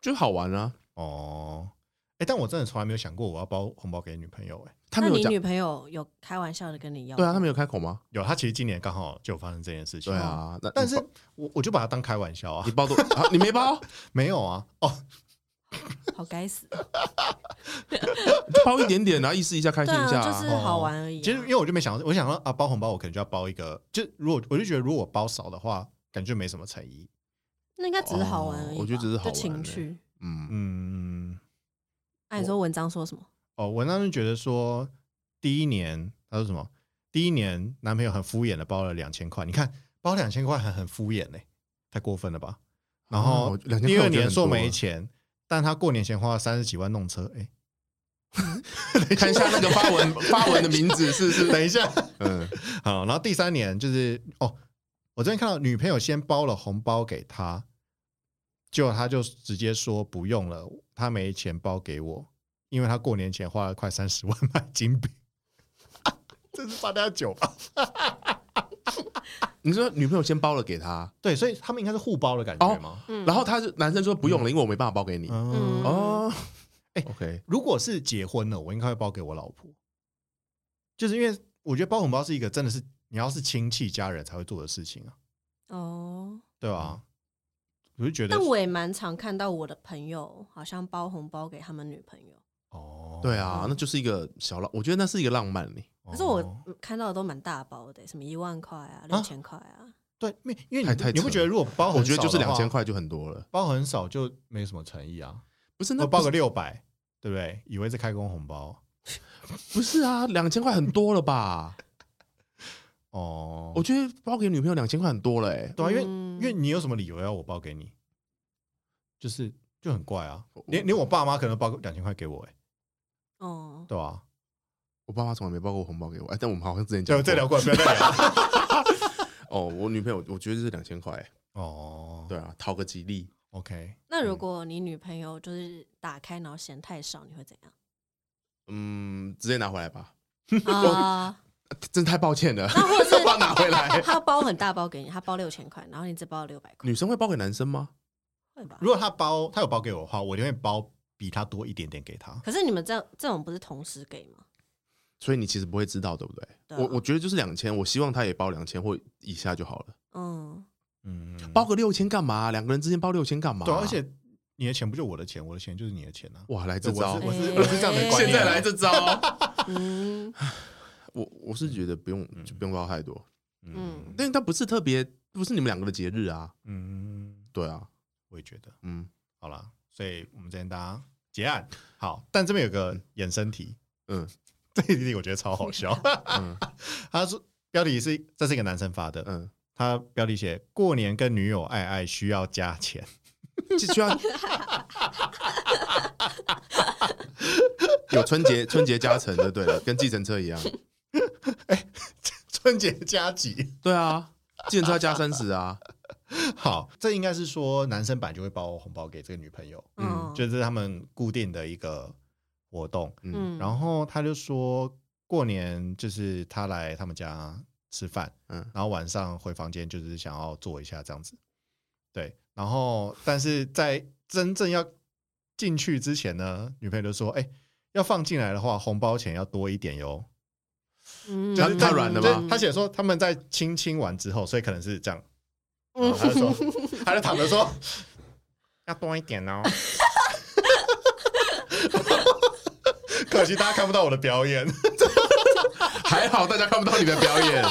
[SPEAKER 2] 就好玩啊，
[SPEAKER 1] 哦，哎、但我真的从来没有想过我要包红包给女朋友、欸。哎，
[SPEAKER 2] 她
[SPEAKER 3] 那
[SPEAKER 2] 没有
[SPEAKER 3] 你
[SPEAKER 2] 讲
[SPEAKER 3] 女，朋友有开玩笑的跟你要？
[SPEAKER 2] 对啊，她没有开口吗？
[SPEAKER 1] 有，她其实今年刚好就有发生这件事情。
[SPEAKER 2] 对，啊，那
[SPEAKER 1] 哦但
[SPEAKER 2] 你
[SPEAKER 1] 是我我就把它当开玩笑啊
[SPEAKER 2] 你，包多、啊，你没包，
[SPEAKER 1] 没有啊。哦，
[SPEAKER 3] 好该死。
[SPEAKER 2] 就包一点点，然后意思一下，开
[SPEAKER 3] 对
[SPEAKER 2] 心一下、哦
[SPEAKER 3] 啊，就是好玩而已啊。
[SPEAKER 1] 其实因为我就没想到，我想到啊，包红包我可能就要包一个，就如果我就觉得如果我包少的话，感觉没什么诚意。
[SPEAKER 3] 那应该只是好玩而已吧。
[SPEAKER 2] 哦我觉得只是好玩
[SPEAKER 3] 就
[SPEAKER 2] 而已
[SPEAKER 3] 情趣。
[SPEAKER 2] 嗯，
[SPEAKER 1] 嗯，
[SPEAKER 3] 那你说文章说什么？
[SPEAKER 1] 哦，我当时觉得说，第一年他说什么？第一年男朋友很敷衍的包了两千块，你看包两千块还很敷衍呢、太过分了吧？然
[SPEAKER 2] 啊
[SPEAKER 1] 后
[SPEAKER 2] 我2000
[SPEAKER 1] 第二
[SPEAKER 2] 块我觉得
[SPEAKER 1] 年
[SPEAKER 2] 很
[SPEAKER 1] 说
[SPEAKER 2] 多
[SPEAKER 1] 没
[SPEAKER 2] 了
[SPEAKER 1] 钱，但他过年前花了三十几万弄车，哎、
[SPEAKER 2] 看一下那个发文发文的名字是是，
[SPEAKER 1] 等一下，
[SPEAKER 2] 嗯，
[SPEAKER 1] 好，然后第三年就是哦，我这边看到女朋友先包了红包给他，结果他就直接说不用了，他没钱包给我，因为他过年前花了快三十万买金币， 这是八加九吧？
[SPEAKER 2] 你说女朋友先包了给他，
[SPEAKER 1] 对，所以他们应该是互包的感觉吗？
[SPEAKER 3] 嗯
[SPEAKER 2] 然后他就男生说不用了，因为我没办法包给你。
[SPEAKER 1] 嗯，
[SPEAKER 3] 嗯
[SPEAKER 2] 哦，
[SPEAKER 1] 哎
[SPEAKER 2] o k
[SPEAKER 1] 如果是结婚了，我应该会包给我老婆，就是因为我觉得包红包是一个真的是你要是亲戚家人才会做的事情啊，
[SPEAKER 3] 哦，
[SPEAKER 1] 对吧、我就觉得
[SPEAKER 3] 但，我也蛮常看到我的朋友好像包红包给他们女朋友，
[SPEAKER 1] 哦，
[SPEAKER 2] 对啊，那就是一个小浪，我觉得那是一个浪漫嘞，
[SPEAKER 1] 哦，
[SPEAKER 3] 可是我看到的都蛮大包的，什么一万块啊、六千块啊，
[SPEAKER 1] 对，因为因为
[SPEAKER 2] 太
[SPEAKER 1] 你
[SPEAKER 2] 太
[SPEAKER 1] 你不
[SPEAKER 2] 扯
[SPEAKER 1] 觉得
[SPEAKER 2] 了
[SPEAKER 1] 如果包很
[SPEAKER 2] 我觉得
[SPEAKER 1] 少
[SPEAKER 2] 就是
[SPEAKER 1] 的
[SPEAKER 2] 两
[SPEAKER 1] 话
[SPEAKER 2] 千，块就哦很多了，
[SPEAKER 1] 包很少就没什么诚意啊，
[SPEAKER 2] 不是那
[SPEAKER 1] 我包个
[SPEAKER 2] 不是
[SPEAKER 1] 六百，对不对？以为是开工红包
[SPEAKER 2] 不是啊，两千块很多了 吧？
[SPEAKER 1] 哦，
[SPEAKER 2] 我觉得包给女朋友两千块很多了、欸，
[SPEAKER 1] 对啊，因为、
[SPEAKER 3] 嗯
[SPEAKER 1] 因为你有什么理由要我包给你？就是就很怪啊
[SPEAKER 2] 我，
[SPEAKER 1] 连连我爸妈可能包两千块给我、欸，
[SPEAKER 3] 哦，
[SPEAKER 1] 对吧、
[SPEAKER 2] 我爸妈从来没包过红包给我，哎，但我们好像之前讲
[SPEAKER 1] 就
[SPEAKER 2] 过
[SPEAKER 1] 再聊过，不要再聊。
[SPEAKER 2] 哦，我女朋友我觉得就是两千块、欸
[SPEAKER 1] 哦，
[SPEAKER 2] 对啊，讨个吉利，
[SPEAKER 1] ，OK，
[SPEAKER 3] 那
[SPEAKER 2] 嗯
[SPEAKER 3] 如果你女朋友就是打开然后嫌太少，你会怎 样
[SPEAKER 2] 嗯，直接拿回来吧。
[SPEAKER 3] 啊？
[SPEAKER 2] 真的太抱 歉了，
[SPEAKER 3] 那或者是
[SPEAKER 2] 把它拿回来。
[SPEAKER 3] 她包很大包给你，她包六千块，然后你只包六百块，
[SPEAKER 2] 女生会包给男生吗？
[SPEAKER 3] 会吧
[SPEAKER 1] 如？果他包他有包给我的话，我就会包比他多一点点给他。
[SPEAKER 3] 可是你们这样这种不是同时给吗？
[SPEAKER 2] 所以你其实不会知道，对不对？
[SPEAKER 3] 对啊
[SPEAKER 2] 我我觉得就是两千，我希望他也包两千或以下就好了。
[SPEAKER 3] 嗯，
[SPEAKER 1] 嗯，
[SPEAKER 2] 包个六千干嘛？两个人之间包六千干嘛？
[SPEAKER 1] 对啊、而且你的钱不就我的钱，我的钱就是你的钱啊。
[SPEAKER 2] 哇，来这
[SPEAKER 1] 对我
[SPEAKER 2] 招
[SPEAKER 1] 是，我是
[SPEAKER 3] 哎
[SPEAKER 1] 我是这样的观念。啊
[SPEAKER 2] 现在来 这招，
[SPEAKER 3] 嗯，
[SPEAKER 2] 我我是觉得不用就不用包太多，
[SPEAKER 1] 嗯
[SPEAKER 2] 但它不是特别，不是你们两个的节日啊。
[SPEAKER 1] 嗯，
[SPEAKER 2] 对啊，
[SPEAKER 1] 我也觉得。
[SPEAKER 2] 嗯
[SPEAKER 1] 好了，所以我们今天大家结案。好，但这边有个衍生题，
[SPEAKER 2] 嗯
[SPEAKER 1] 这一题我觉得超好 笑。
[SPEAKER 2] 嗯
[SPEAKER 1] 他说标题是这是一个男生发的，
[SPEAKER 2] 嗯，
[SPEAKER 1] 他标题写过年跟女友爱爱需要加钱。
[SPEAKER 2] 就需要有春节春节加成就对了，跟计程车一样。
[SPEAKER 1] 春节加急。
[SPEAKER 2] 对啊，计程车加三十啊。
[SPEAKER 1] 好，这应该是说男生版就会包红包给这个女朋友，
[SPEAKER 2] 嗯
[SPEAKER 3] 嗯，
[SPEAKER 1] 就是他们固定的一个活动。
[SPEAKER 2] 嗯
[SPEAKER 3] 嗯，
[SPEAKER 1] 然后他就说过年就是他来他们家吃饭，
[SPEAKER 2] 嗯
[SPEAKER 1] 然后晚上回房间就是想要做一下这样子，对。然后但是在真正要进去之前呢，女朋友就说：“哎、要放进来的话，红包钱要多一点哟。
[SPEAKER 3] 嗯
[SPEAKER 1] 就是
[SPEAKER 2] 他
[SPEAKER 1] 在
[SPEAKER 2] 软了
[SPEAKER 1] 就是
[SPEAKER 2] 吗
[SPEAKER 1] 他写说他们在亲亲完之后，所以可能是 这样。然
[SPEAKER 3] 嗯
[SPEAKER 1] 后他就说，他就躺着说，要多一点哦。 可惜大家看不到我的表演，
[SPEAKER 2] 还好大家看不到你的表演，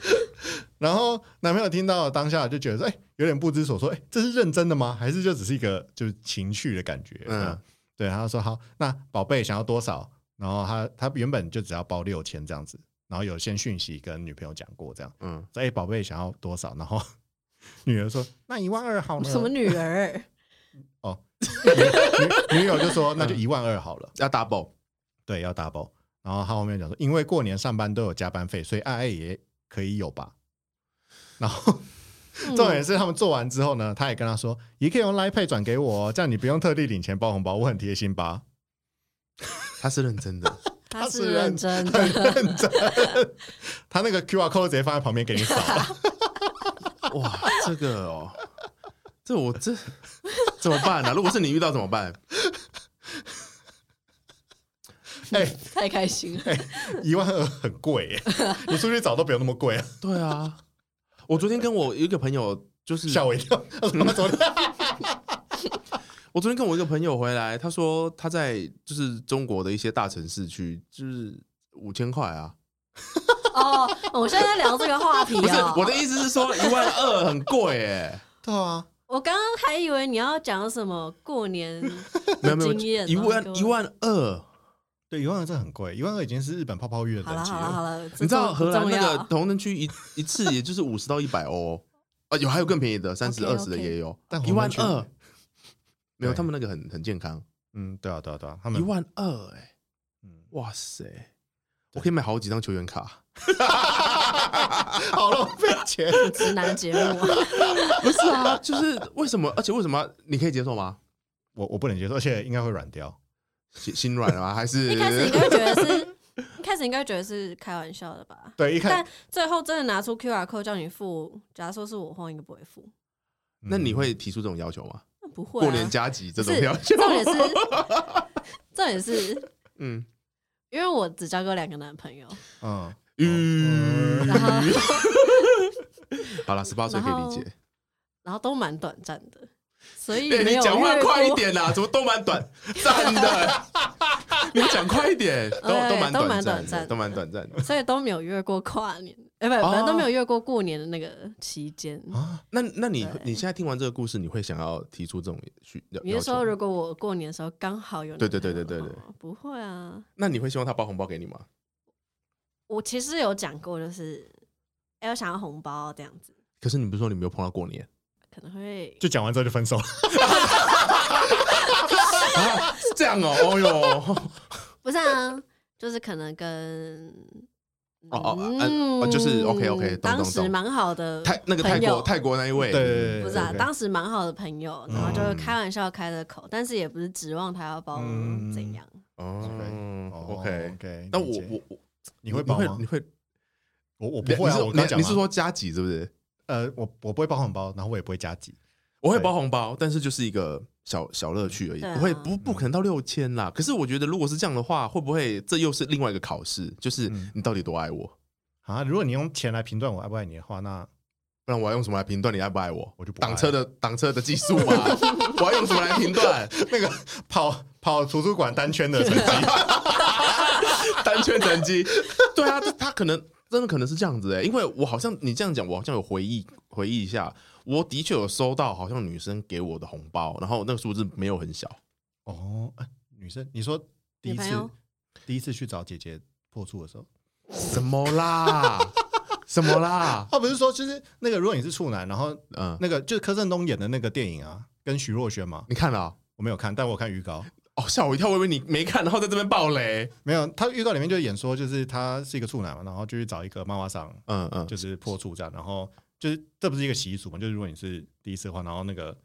[SPEAKER 1] 然后男朋友听到当下就觉得说，哎、有点不知所措，哎、这是认真的吗？还是就只是一个就是情绪的感觉？
[SPEAKER 2] 嗯
[SPEAKER 1] 嗯，对，他就说好，那宝贝想要多少？然后他他原本就只要包六千这样子，然后有先讯息跟女朋友讲过这样，
[SPEAKER 2] 嗯，
[SPEAKER 1] 说哎，宝、贝想要多少？然后女儿说那一万二好了，
[SPEAKER 3] 什么女 儿？
[SPEAKER 1] 女女友就说那就一万二好了，
[SPEAKER 2] 要 double，
[SPEAKER 1] 对，要 double。然后他后面讲说，因为过年上班都有加班费，所以爱爱也可以有吧。然后
[SPEAKER 3] 嗯
[SPEAKER 1] 重点是他们做完之后呢，他也跟他说，也可以用 Line Pay 转给我、哦，这样你不用特地领钱包红包，我很贴心吧？
[SPEAKER 2] 他是认真的，
[SPEAKER 3] 他嗯是认真 的，
[SPEAKER 1] 很认真。他那个 QR code 直接放在旁边给你扫，啊
[SPEAKER 2] 哇，这个哦，这我这怎么办呢、啊？如果是你遇到怎么办？
[SPEAKER 1] 哎、
[SPEAKER 3] 太开心了。
[SPEAKER 1] 一万二很贵耶，你出去找都不用那么贵啊，
[SPEAKER 2] 对啊，我昨天跟我一个朋友，就是嗯
[SPEAKER 1] 吓我一跳。他说他昨天
[SPEAKER 2] 我昨天跟我一个朋友回来，他说他在就是中国的一些大城市去，就是五千块啊，
[SPEAKER 3] 哦，我现在在聊这个话题
[SPEAKER 2] 不是
[SPEAKER 3] 啊。
[SPEAKER 2] 我的意思是说一万二很贵 哎、
[SPEAKER 1] 对啊，
[SPEAKER 3] 我刚刚还以为你要讲什么过年
[SPEAKER 2] 没有没有
[SPEAKER 3] 经验，哦
[SPEAKER 2] 一万一。万二，
[SPEAKER 1] 对，一万二真的很贵，一万二已经是日本泡泡浴的
[SPEAKER 3] 好了
[SPEAKER 1] 等级
[SPEAKER 3] 好了
[SPEAKER 1] 了。
[SPEAKER 3] 好了，
[SPEAKER 2] 你知道
[SPEAKER 3] 这
[SPEAKER 2] 荷
[SPEAKER 3] 不
[SPEAKER 2] 兰
[SPEAKER 3] 重
[SPEAKER 2] 那
[SPEAKER 3] 要
[SPEAKER 2] 个同城区一一次也就是五十到一百欧啊，有还有更便宜的，三十二十的也有，
[SPEAKER 1] 但
[SPEAKER 2] 一
[SPEAKER 1] 红
[SPEAKER 2] 万
[SPEAKER 1] 灯区
[SPEAKER 2] 二，没有
[SPEAKER 1] 对
[SPEAKER 2] 他们那个很很健康，
[SPEAKER 1] 嗯，对啊，对啊，对啊，他
[SPEAKER 2] 一
[SPEAKER 1] 们
[SPEAKER 2] 万二哎、
[SPEAKER 1] 嗯
[SPEAKER 2] 哇塞，我可以买好几张球员卡，
[SPEAKER 1] 好浪费钱。
[SPEAKER 3] 直男节 目，啊
[SPEAKER 2] 不是 啊，就是为什么？而且为什么啊你可以接受吗？
[SPEAKER 1] 我我不能接受，而且应该会软掉。
[SPEAKER 2] 心心软 了吗？还是
[SPEAKER 3] 一开始应该觉得是，一开始应该觉得是开玩笑的吧？
[SPEAKER 1] 对，一嗯看
[SPEAKER 3] 但，最后真的拿出 QR code 叫你付，假如说是我的话，应该不会啊付，
[SPEAKER 2] 那你
[SPEAKER 1] 嗯
[SPEAKER 2] 会提出这种要求吗？
[SPEAKER 3] 那不会、啊。
[SPEAKER 2] 过年加急这
[SPEAKER 3] 不
[SPEAKER 2] 种
[SPEAKER 3] 是
[SPEAKER 2] 要求？
[SPEAKER 3] 重点是，重点是
[SPEAKER 2] 嗯，
[SPEAKER 3] 因为我只交过两个男朋友，
[SPEAKER 1] 嗯，
[SPEAKER 2] 嗯
[SPEAKER 3] 然后
[SPEAKER 2] 好了，十八岁可以理解。
[SPEAKER 3] 然后都蛮短暂的，所以
[SPEAKER 2] 哎
[SPEAKER 3] 没
[SPEAKER 2] 你
[SPEAKER 3] 有
[SPEAKER 2] 讲话
[SPEAKER 3] 越
[SPEAKER 2] 快一
[SPEAKER 3] 过
[SPEAKER 2] 点啦，怎么都 蛮短暂的？你讲快一点，都
[SPEAKER 3] 哎
[SPEAKER 2] 都蛮
[SPEAKER 3] 都蛮
[SPEAKER 2] 暂
[SPEAKER 3] 短
[SPEAKER 2] 的，
[SPEAKER 3] 暂
[SPEAKER 2] 都蛮短暂的。
[SPEAKER 3] 所以都没有越过跨年， 哎、不，
[SPEAKER 2] 哦
[SPEAKER 3] 反正都没有越过过年的那个期间。
[SPEAKER 1] 啊，
[SPEAKER 2] 那那你
[SPEAKER 3] 对
[SPEAKER 2] 你现在听完这个故事，你会想要提出这种需要
[SPEAKER 3] 你是说，
[SPEAKER 2] 要求吗
[SPEAKER 3] 如果我过年的时候刚好有
[SPEAKER 2] 对
[SPEAKER 3] 男
[SPEAKER 2] 对
[SPEAKER 3] 朋友
[SPEAKER 2] 对对
[SPEAKER 3] 的
[SPEAKER 2] 对对
[SPEAKER 3] 话不会啊。
[SPEAKER 2] 那你会希望他包红包给你吗？
[SPEAKER 3] 我其实有讲过，就是哎、我想要红包这样子，
[SPEAKER 2] 可是你不是说你没有碰到过年？
[SPEAKER 3] 可能会
[SPEAKER 1] 就讲完之后就分手了。
[SPEAKER 2] 啊，是 这样哦，哦哟，
[SPEAKER 3] 不是啊，就是可能跟
[SPEAKER 2] 哦哦嗯哦就是 OK，OK，懂
[SPEAKER 3] 当
[SPEAKER 2] 懂
[SPEAKER 3] 时
[SPEAKER 2] 懂
[SPEAKER 3] 蛮好的
[SPEAKER 2] 泰那个泰
[SPEAKER 3] 朋
[SPEAKER 2] 国
[SPEAKER 3] 友。
[SPEAKER 2] 泰国那一位，
[SPEAKER 1] 对对对对
[SPEAKER 3] 不是啊，
[SPEAKER 1] OK
[SPEAKER 3] 当时蛮好的朋友，然后就是
[SPEAKER 2] 嗯
[SPEAKER 3] 开玩笑开的口，但是也不是指望他要包
[SPEAKER 1] 嗯
[SPEAKER 3] 怎样。
[SPEAKER 2] 哦，OK。
[SPEAKER 1] OK，
[SPEAKER 2] 那
[SPEAKER 1] 理
[SPEAKER 2] 我
[SPEAKER 1] 解
[SPEAKER 2] 我我
[SPEAKER 1] 你会
[SPEAKER 2] 你
[SPEAKER 1] 包
[SPEAKER 2] 会
[SPEAKER 1] 吗
[SPEAKER 2] 你？会
[SPEAKER 1] 我我不会啊，
[SPEAKER 2] 你是
[SPEAKER 1] 我刚讲
[SPEAKER 2] 你
[SPEAKER 1] 嘛
[SPEAKER 2] 你是说加急是不是？
[SPEAKER 1] 呃，我我不会包红包，然后我也不会加急。
[SPEAKER 2] 我会包红包，但是就是一个小小乐趣而已，
[SPEAKER 3] 对啊
[SPEAKER 2] 不会不不可能到六千啦。可是我觉得，如果是这样的话，会不会这又是另外一个考试？就是
[SPEAKER 1] 嗯
[SPEAKER 2] 你到底多爱我？
[SPEAKER 1] 啊，如果你用钱来评断我爱不爱你的话，那
[SPEAKER 2] 不然我要用什么来评断你爱不爱我？
[SPEAKER 1] 我就不爱
[SPEAKER 2] 挡车的挡车的技术 嘛，我要用什么来评断？
[SPEAKER 1] 那个跑跑图书馆单圈的 成绩，
[SPEAKER 2] 单圈成绩？对啊，这他可能真的可能是这样子哎、因为我好像你这样讲，我好像有回忆回忆一下，我的确有收到好像女生给我的红包，然后那个数字没有很小，
[SPEAKER 1] 哦，哎女生，你说第一
[SPEAKER 3] 女朋
[SPEAKER 1] 次
[SPEAKER 3] 友
[SPEAKER 1] 第一次去找姐姐破处的时候，
[SPEAKER 2] 什么啦？ 什么啦？
[SPEAKER 1] 哦他不是说就是那个，如果你是处男，然后
[SPEAKER 2] 嗯，
[SPEAKER 1] 那个就是柯震东演的那个电影啊，跟徐若瑄嘛，
[SPEAKER 2] 你看了啊、
[SPEAKER 1] 我没有看，但我有看预告。
[SPEAKER 2] 哦，吓我一跳，我以为你没看，然后在这边爆雷。
[SPEAKER 1] 没有，他预告里面就演说，就是他是一个处男嘛，然后就去找一个妈妈桑，
[SPEAKER 2] 嗯嗯，
[SPEAKER 1] 就是破处这样，然后就是这不是一个习俗嘛，就是如果你是第一次的话，然后那个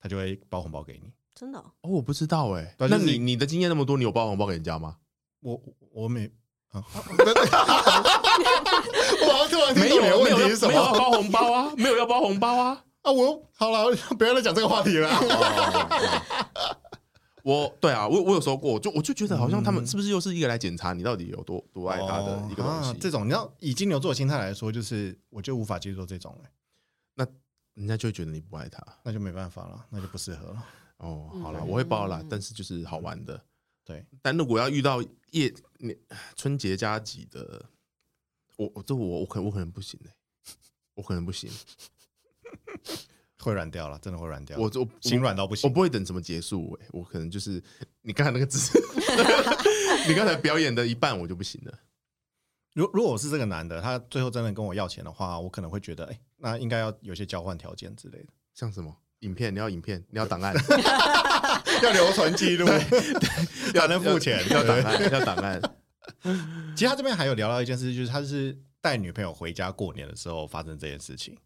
[SPEAKER 1] 他就会包红包给你。
[SPEAKER 3] 真的哦、
[SPEAKER 2] 哦，我不知道哎、
[SPEAKER 1] 对
[SPEAKER 2] 那
[SPEAKER 1] 就是
[SPEAKER 2] 你你的经验那么多，你有包红包给人家吗？
[SPEAKER 1] 我我没
[SPEAKER 2] 哦
[SPEAKER 1] 啊，我好像突然听
[SPEAKER 2] 没有，
[SPEAKER 1] 懂你
[SPEAKER 2] 没
[SPEAKER 1] 的问
[SPEAKER 2] 有，没
[SPEAKER 1] 题
[SPEAKER 2] 有
[SPEAKER 1] 是什
[SPEAKER 2] 没有要
[SPEAKER 1] 么
[SPEAKER 2] 包红包啊， 没有要包红包啊。
[SPEAKER 1] 啊？我又好了，不要再讲这个话题了。
[SPEAKER 2] 哦 我对啊，我我有时候过，我就我就觉得好像他们是不是又是一个来检查你到底有多多爱他的一个东
[SPEAKER 1] 嗯哦
[SPEAKER 2] 西
[SPEAKER 1] 啊？这种你要以金牛座的心态来说，就是我就无法接受这种、欸，
[SPEAKER 2] 人家就会觉得你不爱他。
[SPEAKER 1] 那就没办法了，那就不适合了。
[SPEAKER 2] 哦，
[SPEAKER 3] 嗯
[SPEAKER 2] 好啦，我会包啦
[SPEAKER 3] 嗯，
[SPEAKER 2] 但是就是好玩的。
[SPEAKER 1] 对，
[SPEAKER 2] 但如果要遇到夜你春节加急的，我我这我我可我可能不行哎、我可能不行，
[SPEAKER 1] 会软掉了，真的会软掉。
[SPEAKER 2] 我我
[SPEAKER 1] 心软到不
[SPEAKER 2] 我
[SPEAKER 1] 行。
[SPEAKER 2] 不会等什么结束哎、我可能就是你刚才那个姿势， 你刚才表演的一半我就不行了。
[SPEAKER 1] 如如果我是这个男的，他最后真的跟我要钱的话，我可能会觉得，哎、那应该要有些交换条件之类的，
[SPEAKER 2] 像什么影片，你要影片，你要 档案，
[SPEAKER 1] 要留存记录，要能付钱。
[SPEAKER 2] 要档
[SPEAKER 1] 对
[SPEAKER 2] 案，要档 案。
[SPEAKER 1] 其实他这边还有聊到一件事，就是他是带女朋友回家过年的时候发生这件事情，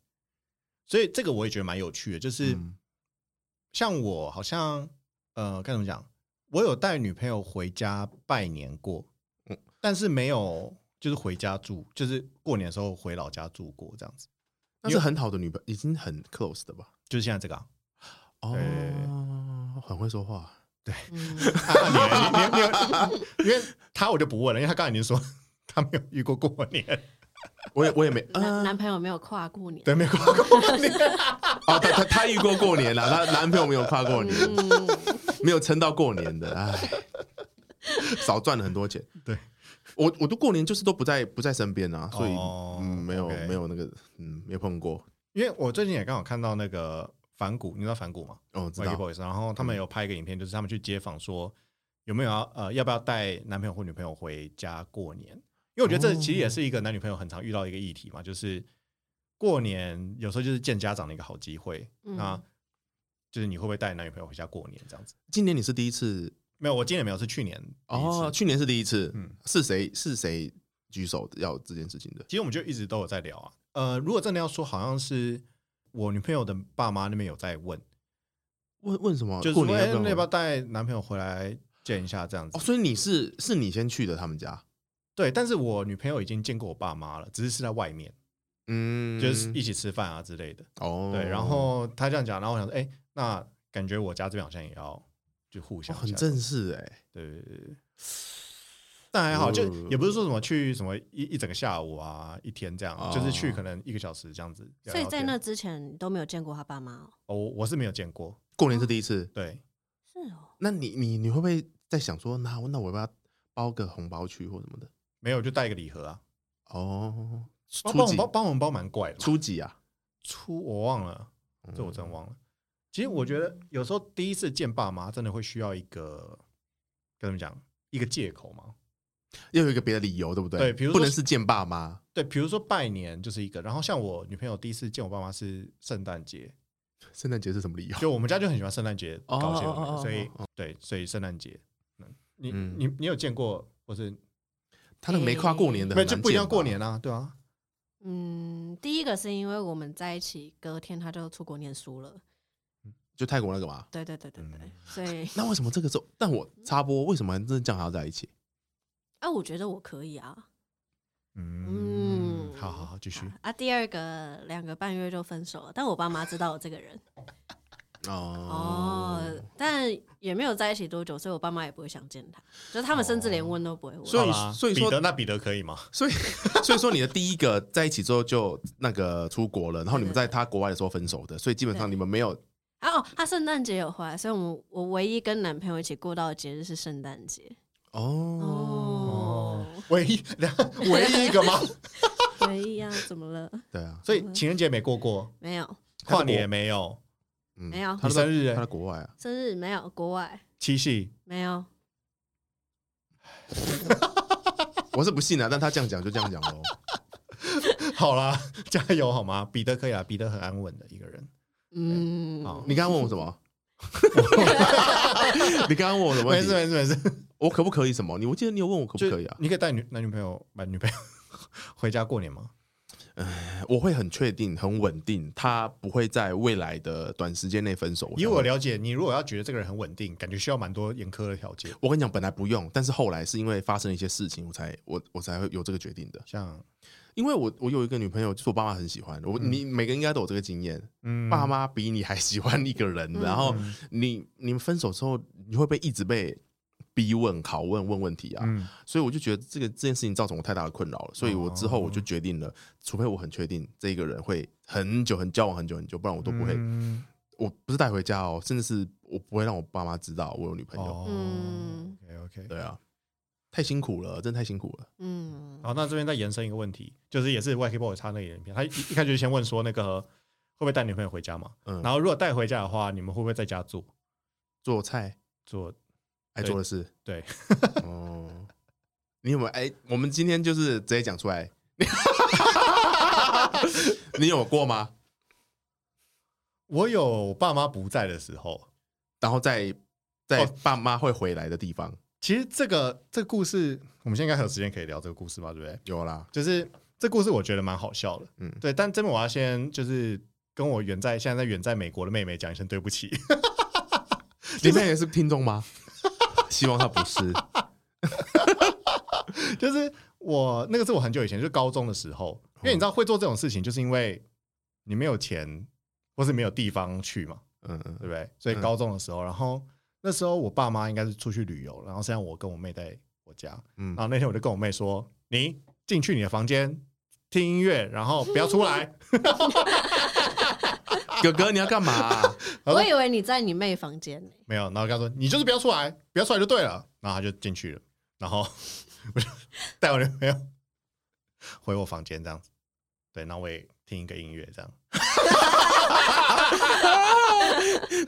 [SPEAKER 1] 所以这个我也觉得蛮有趣的，就是。
[SPEAKER 2] 嗯
[SPEAKER 1] 像我好像呃该怎么讲，我有带女朋友回家拜年过，
[SPEAKER 2] 嗯
[SPEAKER 1] 但是没有就是回家住，就是过年的时候回老家住过这样子，
[SPEAKER 2] 那是很好的女朋友，已经很 close 的吧？
[SPEAKER 1] 就是现在这个、啊。
[SPEAKER 2] 哦
[SPEAKER 1] 对，
[SPEAKER 2] 很会说话。
[SPEAKER 3] 嗯
[SPEAKER 1] 啊啊你你你你有，因为他我就不问了，因为他刚才已经说他没有遇过过年，
[SPEAKER 2] 我也我也没，
[SPEAKER 3] 男
[SPEAKER 2] 嗯
[SPEAKER 3] 男朋友没有跨过年，
[SPEAKER 1] 对，没有过过年。
[SPEAKER 2] 哦，他他他遇过过年啦，他男朋友没有跨过年，
[SPEAKER 3] 嗯，
[SPEAKER 2] 没有撑到过年的，唉，少赚了很多钱。
[SPEAKER 1] 对，
[SPEAKER 2] 我我都过年就是都不在不在身边啊，所以、
[SPEAKER 1] 哦
[SPEAKER 2] 嗯没有
[SPEAKER 1] OK
[SPEAKER 2] 没有那个嗯没有碰过。
[SPEAKER 1] 因为我最近也刚好看到那个反骨，你知道反骨吗？嗯
[SPEAKER 2] 哦，知
[SPEAKER 1] v i k y
[SPEAKER 2] 道，
[SPEAKER 1] Boys，然后他们有拍一个影片，就是他们去街访说有没有要呃要不要带男朋友或女朋友回家过年，因为我觉得这
[SPEAKER 2] 哦
[SPEAKER 1] 其实也是一个男女朋友很常遇到一个议题嘛，就是过年有时候就是见家长的一个好机会，
[SPEAKER 3] 嗯
[SPEAKER 1] 那就是你会不会带男女朋友回家过年这样子？
[SPEAKER 2] 今年你是第一次
[SPEAKER 1] 没有，我今年没有，是去年第一次
[SPEAKER 2] 哦，去年是第一次，
[SPEAKER 1] 嗯
[SPEAKER 2] 是谁是谁举手要这件事情的？
[SPEAKER 1] 其实我们就一直都有在聊啊。呃，如果真的要说，好像是我女朋友的爸妈那边有在问，
[SPEAKER 2] 问问什么？
[SPEAKER 1] 就是
[SPEAKER 2] 过
[SPEAKER 1] 说
[SPEAKER 2] 年
[SPEAKER 1] 哎
[SPEAKER 2] 要不
[SPEAKER 1] 那
[SPEAKER 2] 要
[SPEAKER 1] 要不要带男朋友回来见一下这样子
[SPEAKER 2] 哦，？所以你是是你先去的他们家，
[SPEAKER 1] 对，但是我女朋友已经见过我爸妈了，只是是在外面，
[SPEAKER 2] 嗯，
[SPEAKER 1] 就是一起吃饭啊之类的。
[SPEAKER 2] 哦，
[SPEAKER 1] 对，然后她这样讲，然后我想说，哎、那感觉我家这边好像也要就互
[SPEAKER 2] 哦
[SPEAKER 1] 相一
[SPEAKER 2] 很
[SPEAKER 1] 下
[SPEAKER 2] 正式哎、
[SPEAKER 1] 对对对对。但还好，就
[SPEAKER 2] 哦
[SPEAKER 1] 也不是说什么去什么一一整个下午啊，一天这样，
[SPEAKER 2] 哦
[SPEAKER 1] 就是去可能一个小时这样子聊
[SPEAKER 3] 所以
[SPEAKER 1] 聊天。
[SPEAKER 3] 在那之前都没有见过他爸妈哦，
[SPEAKER 1] 哦，我我是没有见过，
[SPEAKER 2] 过年是第一次，
[SPEAKER 1] 对，
[SPEAKER 3] 是哦，
[SPEAKER 2] 那你你你会不会在想说，那那我要不要包个红包去或什么的？
[SPEAKER 1] 没有就带一个礼盒啊。
[SPEAKER 2] 哦，
[SPEAKER 1] 帮
[SPEAKER 2] 初
[SPEAKER 1] 帮我
[SPEAKER 2] 几
[SPEAKER 1] 包帮我们包蛮怪的嘛，
[SPEAKER 2] 初几啊？嗯
[SPEAKER 1] 初我忘了，这我真忘了。其实我觉得有时候第一次见爸妈，真的会需要一个跟他们讲一个借口嘛。
[SPEAKER 2] 要有一个别的理由，对不对？
[SPEAKER 1] 对比如说
[SPEAKER 2] 不能是见爸妈，
[SPEAKER 1] 对，比如说拜年就是一个，然后像我女朋友第一次见我爸妈是圣诞节，
[SPEAKER 2] 圣诞节是什么理由？
[SPEAKER 1] 就我们家就很喜欢圣诞节搞些有的
[SPEAKER 2] 哦哦哦
[SPEAKER 1] 没
[SPEAKER 2] 哦
[SPEAKER 1] 的，所
[SPEAKER 2] 哦
[SPEAKER 1] 以对，所以圣诞节，嗯你
[SPEAKER 2] 嗯
[SPEAKER 1] 你你有见过或是
[SPEAKER 2] 他那个没跨过年
[SPEAKER 1] 嗯
[SPEAKER 2] 的，
[SPEAKER 1] 没有就不一定要过
[SPEAKER 2] 啊。
[SPEAKER 1] 年啊，对啊，
[SPEAKER 3] 嗯，第一个是因为我们在一起，隔天他就出国念书了，
[SPEAKER 2] 就泰国那个嘛。
[SPEAKER 3] 对对对对对，
[SPEAKER 2] 嗯
[SPEAKER 3] 所以
[SPEAKER 2] 那为什么这个时候？但我插播，为什么真的这样还要在一起？
[SPEAKER 3] 啊，我觉得我可以啊，
[SPEAKER 1] 嗯，
[SPEAKER 3] 嗯
[SPEAKER 1] 好好好，继续，
[SPEAKER 3] 啊，第二个两个半月就分手了，但我爸妈知道我这个人哦，但也没有在一起多久，所以我爸妈也不会想见他，就是他们甚至连问都不会问。
[SPEAKER 2] 所以
[SPEAKER 1] 好啦
[SPEAKER 2] 所以
[SPEAKER 1] 彼
[SPEAKER 2] 说
[SPEAKER 1] 得那彼得可以吗？
[SPEAKER 2] 所以 所以说你的第一个在一起之后就那个出国了，然后你们在他国外的时候分手的，所以基本上你们没有
[SPEAKER 3] 啊哦，他圣诞节有回来，所以我们我唯一跟男朋友一起过到的节日是圣诞节。
[SPEAKER 2] 哦，
[SPEAKER 3] 哦，
[SPEAKER 1] 唯一 唯一一个吗？
[SPEAKER 3] 唯一啊，怎么了？
[SPEAKER 2] 对啊，
[SPEAKER 3] 嗯
[SPEAKER 1] 所以情人节没过过，
[SPEAKER 3] 没有，
[SPEAKER 2] 他
[SPEAKER 1] 跨
[SPEAKER 2] 的
[SPEAKER 1] 年
[SPEAKER 2] 国
[SPEAKER 1] 也没有，
[SPEAKER 2] 嗯
[SPEAKER 3] 没有
[SPEAKER 2] 他
[SPEAKER 1] 你
[SPEAKER 2] 在
[SPEAKER 1] 生日欸
[SPEAKER 2] 他在国外啊，
[SPEAKER 3] 生日没有，国外
[SPEAKER 1] 七夕
[SPEAKER 3] 没有。
[SPEAKER 2] 我是不信啊，但他这样讲就这样讲 喽。
[SPEAKER 1] 好啦， 加油好吗？彼得可以啊，彼得很安稳的一个人。
[SPEAKER 3] 嗯，
[SPEAKER 1] 好
[SPEAKER 2] 你刚刚问我 什么？你刚刚问我什么
[SPEAKER 1] 没
[SPEAKER 2] 问
[SPEAKER 1] 事
[SPEAKER 2] 题？
[SPEAKER 1] 没事没事，
[SPEAKER 2] 我可不可以什么？你我记得你有问我可不
[SPEAKER 1] 就
[SPEAKER 2] 可以啊？
[SPEAKER 1] 你可以带女男女朋友、把女朋友 回家过年吗？
[SPEAKER 2] 我会很确定、很稳定，他不会在未来的短时间内分手。
[SPEAKER 1] 以
[SPEAKER 2] 才
[SPEAKER 1] 我
[SPEAKER 2] 会，
[SPEAKER 1] 了解，你如果要觉得这个人很稳定，感觉需要蛮多严苛的条件，
[SPEAKER 2] 我跟你讲，本来不用，但是后来是因为发生了一些事情，我才我我才会有这个决定的。
[SPEAKER 1] 像
[SPEAKER 2] 因为我我有一个女朋友，就是我爸妈很喜欢我，你每个人应该都有这个经验，
[SPEAKER 1] 嗯
[SPEAKER 2] 爸妈比你还喜欢一个人，
[SPEAKER 3] 嗯
[SPEAKER 2] 然后
[SPEAKER 1] 嗯
[SPEAKER 2] 你你们分手之后，你会被一直被逼问、拷问、问问题啊，
[SPEAKER 1] 嗯
[SPEAKER 2] 所以我就觉得这个这件事情造成我太大的困扰了，所以我之后我就决定
[SPEAKER 1] 嗯
[SPEAKER 2] 了，除非我很确定这一个人会很久很交往很久很久，不然我都不会，
[SPEAKER 1] 嗯
[SPEAKER 2] 我不是带回家哦，甚至是我不会让我爸妈知道我有女朋友，
[SPEAKER 1] 哦
[SPEAKER 3] 嗯
[SPEAKER 1] ，OK OK，
[SPEAKER 2] 对啊，太辛苦了，真的太辛苦了，
[SPEAKER 3] 嗯，
[SPEAKER 1] 好，那这边再延伸一个问题，就是也是 YKBOY 插那个影片， 他一一开始就先问说那个会不会带女朋友回家嘛？
[SPEAKER 2] 嗯
[SPEAKER 1] 然后如果带回家的话，你们会不会在家做
[SPEAKER 2] 做菜
[SPEAKER 1] 做？
[SPEAKER 2] 爱做的事，
[SPEAKER 1] 对，
[SPEAKER 2] 哦，你有没有？哎，我们今天就是直接讲出来， 你有过吗？
[SPEAKER 1] 我有爸妈不在的时候，
[SPEAKER 2] 然后在在
[SPEAKER 1] 哦
[SPEAKER 2] 爸妈会回来的地方
[SPEAKER 1] 其实这个这个故事，我们现在应该还有时间可以聊这个故事吧，对不对？
[SPEAKER 2] 有啦，
[SPEAKER 1] 就是这故事我觉得蛮好笑的，
[SPEAKER 2] 嗯
[SPEAKER 1] 对。但真的我要先就是跟我远在现在在远在美国的妹妹讲一声对不起，
[SPEAKER 2] 里面也是听众吗？希望他不是，
[SPEAKER 1] 就是我那个是我很久以前，就是高中的时候，因为你知道会做这种事情，就是因为你没有钱或是没有地方去嘛，
[SPEAKER 2] 嗯嗯
[SPEAKER 1] 对不对？所以
[SPEAKER 2] 嗯
[SPEAKER 1] 高中的时候，然后那时候我爸妈应该是出去旅游，然后现在我跟我妹在我家，
[SPEAKER 2] 嗯
[SPEAKER 1] 然后那天我就跟我妹说：“你进去你的房间听音乐，然后不要出 来。
[SPEAKER 2] 嗯哥哥你要干嘛、
[SPEAKER 1] 好的
[SPEAKER 3] 我以为你在你妹房间呢、”
[SPEAKER 1] 没有，然后跟她说：“你就是不要出来，不要出来就对了。”然后她就进去了，然后我就带我女朋友回我房间这样子，对，然后我也听一个音乐这样。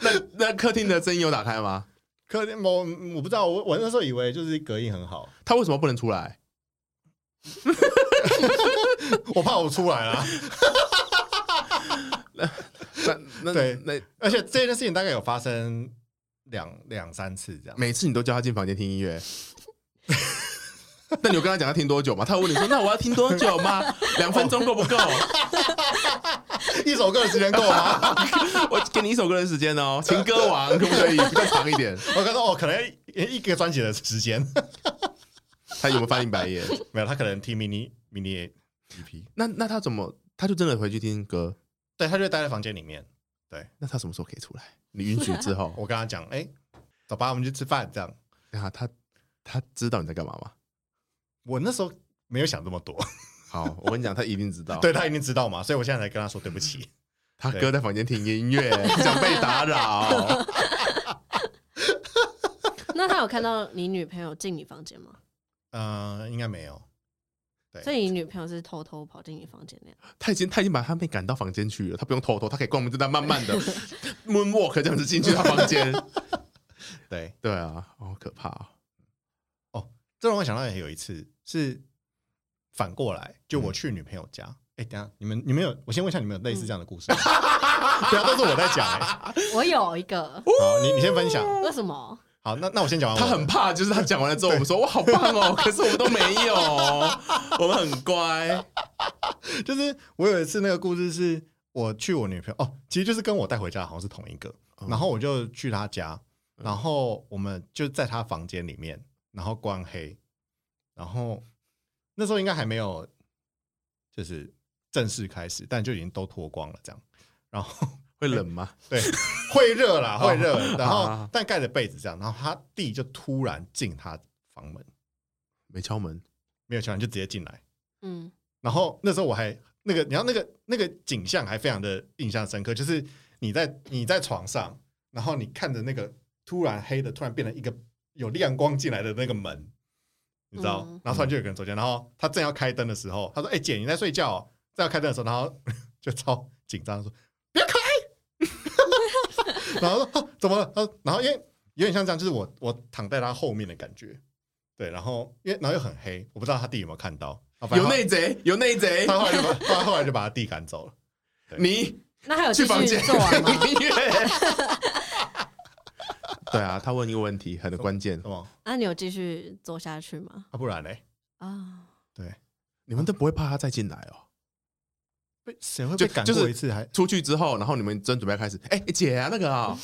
[SPEAKER 2] 那那客厅的声音有打开吗？
[SPEAKER 1] 可能我我不知道，我我那时候以为就是隔音很好，
[SPEAKER 2] 他为什么不能出来？
[SPEAKER 1] 我怕我出来啦。
[SPEAKER 2] 那那
[SPEAKER 1] 对
[SPEAKER 2] 那
[SPEAKER 1] 而且这件事情大概有发生两两三次这样。
[SPEAKER 2] 每次你都叫他进房间听音乐， 那你有跟他讲他听多久吗？他有问你说那我要听多久吗？两分钟够不够？
[SPEAKER 1] 一首歌的时间够吗？
[SPEAKER 2] 我给你一首歌的时间哦，情歌王可不可以比较长一点？
[SPEAKER 1] 我刚说哦，可能一一个专辑的时间
[SPEAKER 2] 他有没有翻你白眼？
[SPEAKER 1] 没有，他可能听 mini mini E EP，
[SPEAKER 2] 那那他怎么他就真的回去听歌？
[SPEAKER 1] 对他就待在房间里面。
[SPEAKER 2] 那他什么时候可以出来？你允许 之后，
[SPEAKER 1] 我跟他讲，哎、走吧，我们去吃饭这样。
[SPEAKER 2] 等下他他知道你在干嘛吗？
[SPEAKER 1] 我那时候没有想这么多，
[SPEAKER 2] 好，我跟你讲，他一定知道。
[SPEAKER 1] 对他一定知道嘛，所以我现在才跟他说对不起。
[SPEAKER 2] 他哥在房间听音乐，不想被打扰。
[SPEAKER 3] 那他有看到你女朋友进你房间吗？
[SPEAKER 1] 嗯，应该没有。对
[SPEAKER 3] 所以你女朋友是偷偷跑进你房间那样？
[SPEAKER 2] 他已经他已经把他妹赶到房间去了，他不用偷偷，他可以光明正大慢慢 的 moonwalk 这样子进去他房 间。
[SPEAKER 1] 对，
[SPEAKER 2] 对啊，好可怕、哦。
[SPEAKER 1] 这让我想到也有一次是反过来，就我去女朋友家。哎、等一下你们你们有，我先问一下你们有类似这样的故事吗？ 不要都是我在讲、哎
[SPEAKER 3] 我有一个，
[SPEAKER 1] 好，你你先分享。
[SPEAKER 3] 为什么？
[SPEAKER 1] 好，那那我先讲完
[SPEAKER 2] 他
[SPEAKER 1] 我的。
[SPEAKER 2] 很怕，就是他讲完了之后，我们说哇好棒 哦，可是我们都没有，我们很 乖。
[SPEAKER 1] 就是我有一次那个故事是我去我女朋友哦，其实就是跟我带回家的好像是同一个，
[SPEAKER 2] 嗯
[SPEAKER 1] 然后我就去她家，然后我们就在她房间里面，然后关黑，然后那时候应该还没有就是正式开始，但就已经都脱光了这样，然后
[SPEAKER 2] 会冷吗？
[SPEAKER 1] 对，会热啦，
[SPEAKER 2] 哦
[SPEAKER 1] 会热。然
[SPEAKER 2] 好好
[SPEAKER 1] 后
[SPEAKER 2] 好
[SPEAKER 1] 但盖着被子这样，然后他弟就突然进他房门，
[SPEAKER 2] 没敲门，
[SPEAKER 1] 没有敲门就直接进来。
[SPEAKER 3] 嗯，
[SPEAKER 1] 然后那时候我还那个，然后那个那个景象还非常的印象深刻，就是你在你在床上，然后你看着那个突然黑的，突然变成一个有亮光进来的那个门，你知道？
[SPEAKER 3] 嗯
[SPEAKER 1] 然后突然就有个人走进来，然后他正要开灯的时候，他说：“哎、姐，你在睡觉、哦？”正要开灯的时候，然后 就超紧张地说：“不要开！”然后说、啊怎么了？他说然后因为有点像这样，就是我我躺在他后面的感觉，对，然后因为然后又很黑，我不知道他弟有没有看到，啊反正
[SPEAKER 2] 有内贼，有内 贼，
[SPEAKER 1] 他后来就把 他后来就把他弟赶走了。
[SPEAKER 2] 你
[SPEAKER 3] 那还有
[SPEAKER 2] 去
[SPEAKER 3] 继
[SPEAKER 2] 房
[SPEAKER 3] 续
[SPEAKER 2] 间
[SPEAKER 3] 做完吗？
[SPEAKER 2] 听音乐。对啊，他问一个问题很关键
[SPEAKER 1] 什，么？
[SPEAKER 3] 那啊你有继续做下去吗？
[SPEAKER 1] 啊，不然嘞？
[SPEAKER 3] 啊，
[SPEAKER 1] 对，
[SPEAKER 2] 你们都不会怕他再进来哦？
[SPEAKER 1] 被谁会
[SPEAKER 2] 就
[SPEAKER 1] 被赶
[SPEAKER 2] 就是
[SPEAKER 1] 过一次还？
[SPEAKER 2] 出去之后，然后你们真准备要开始，哎、姐啊，那个啊、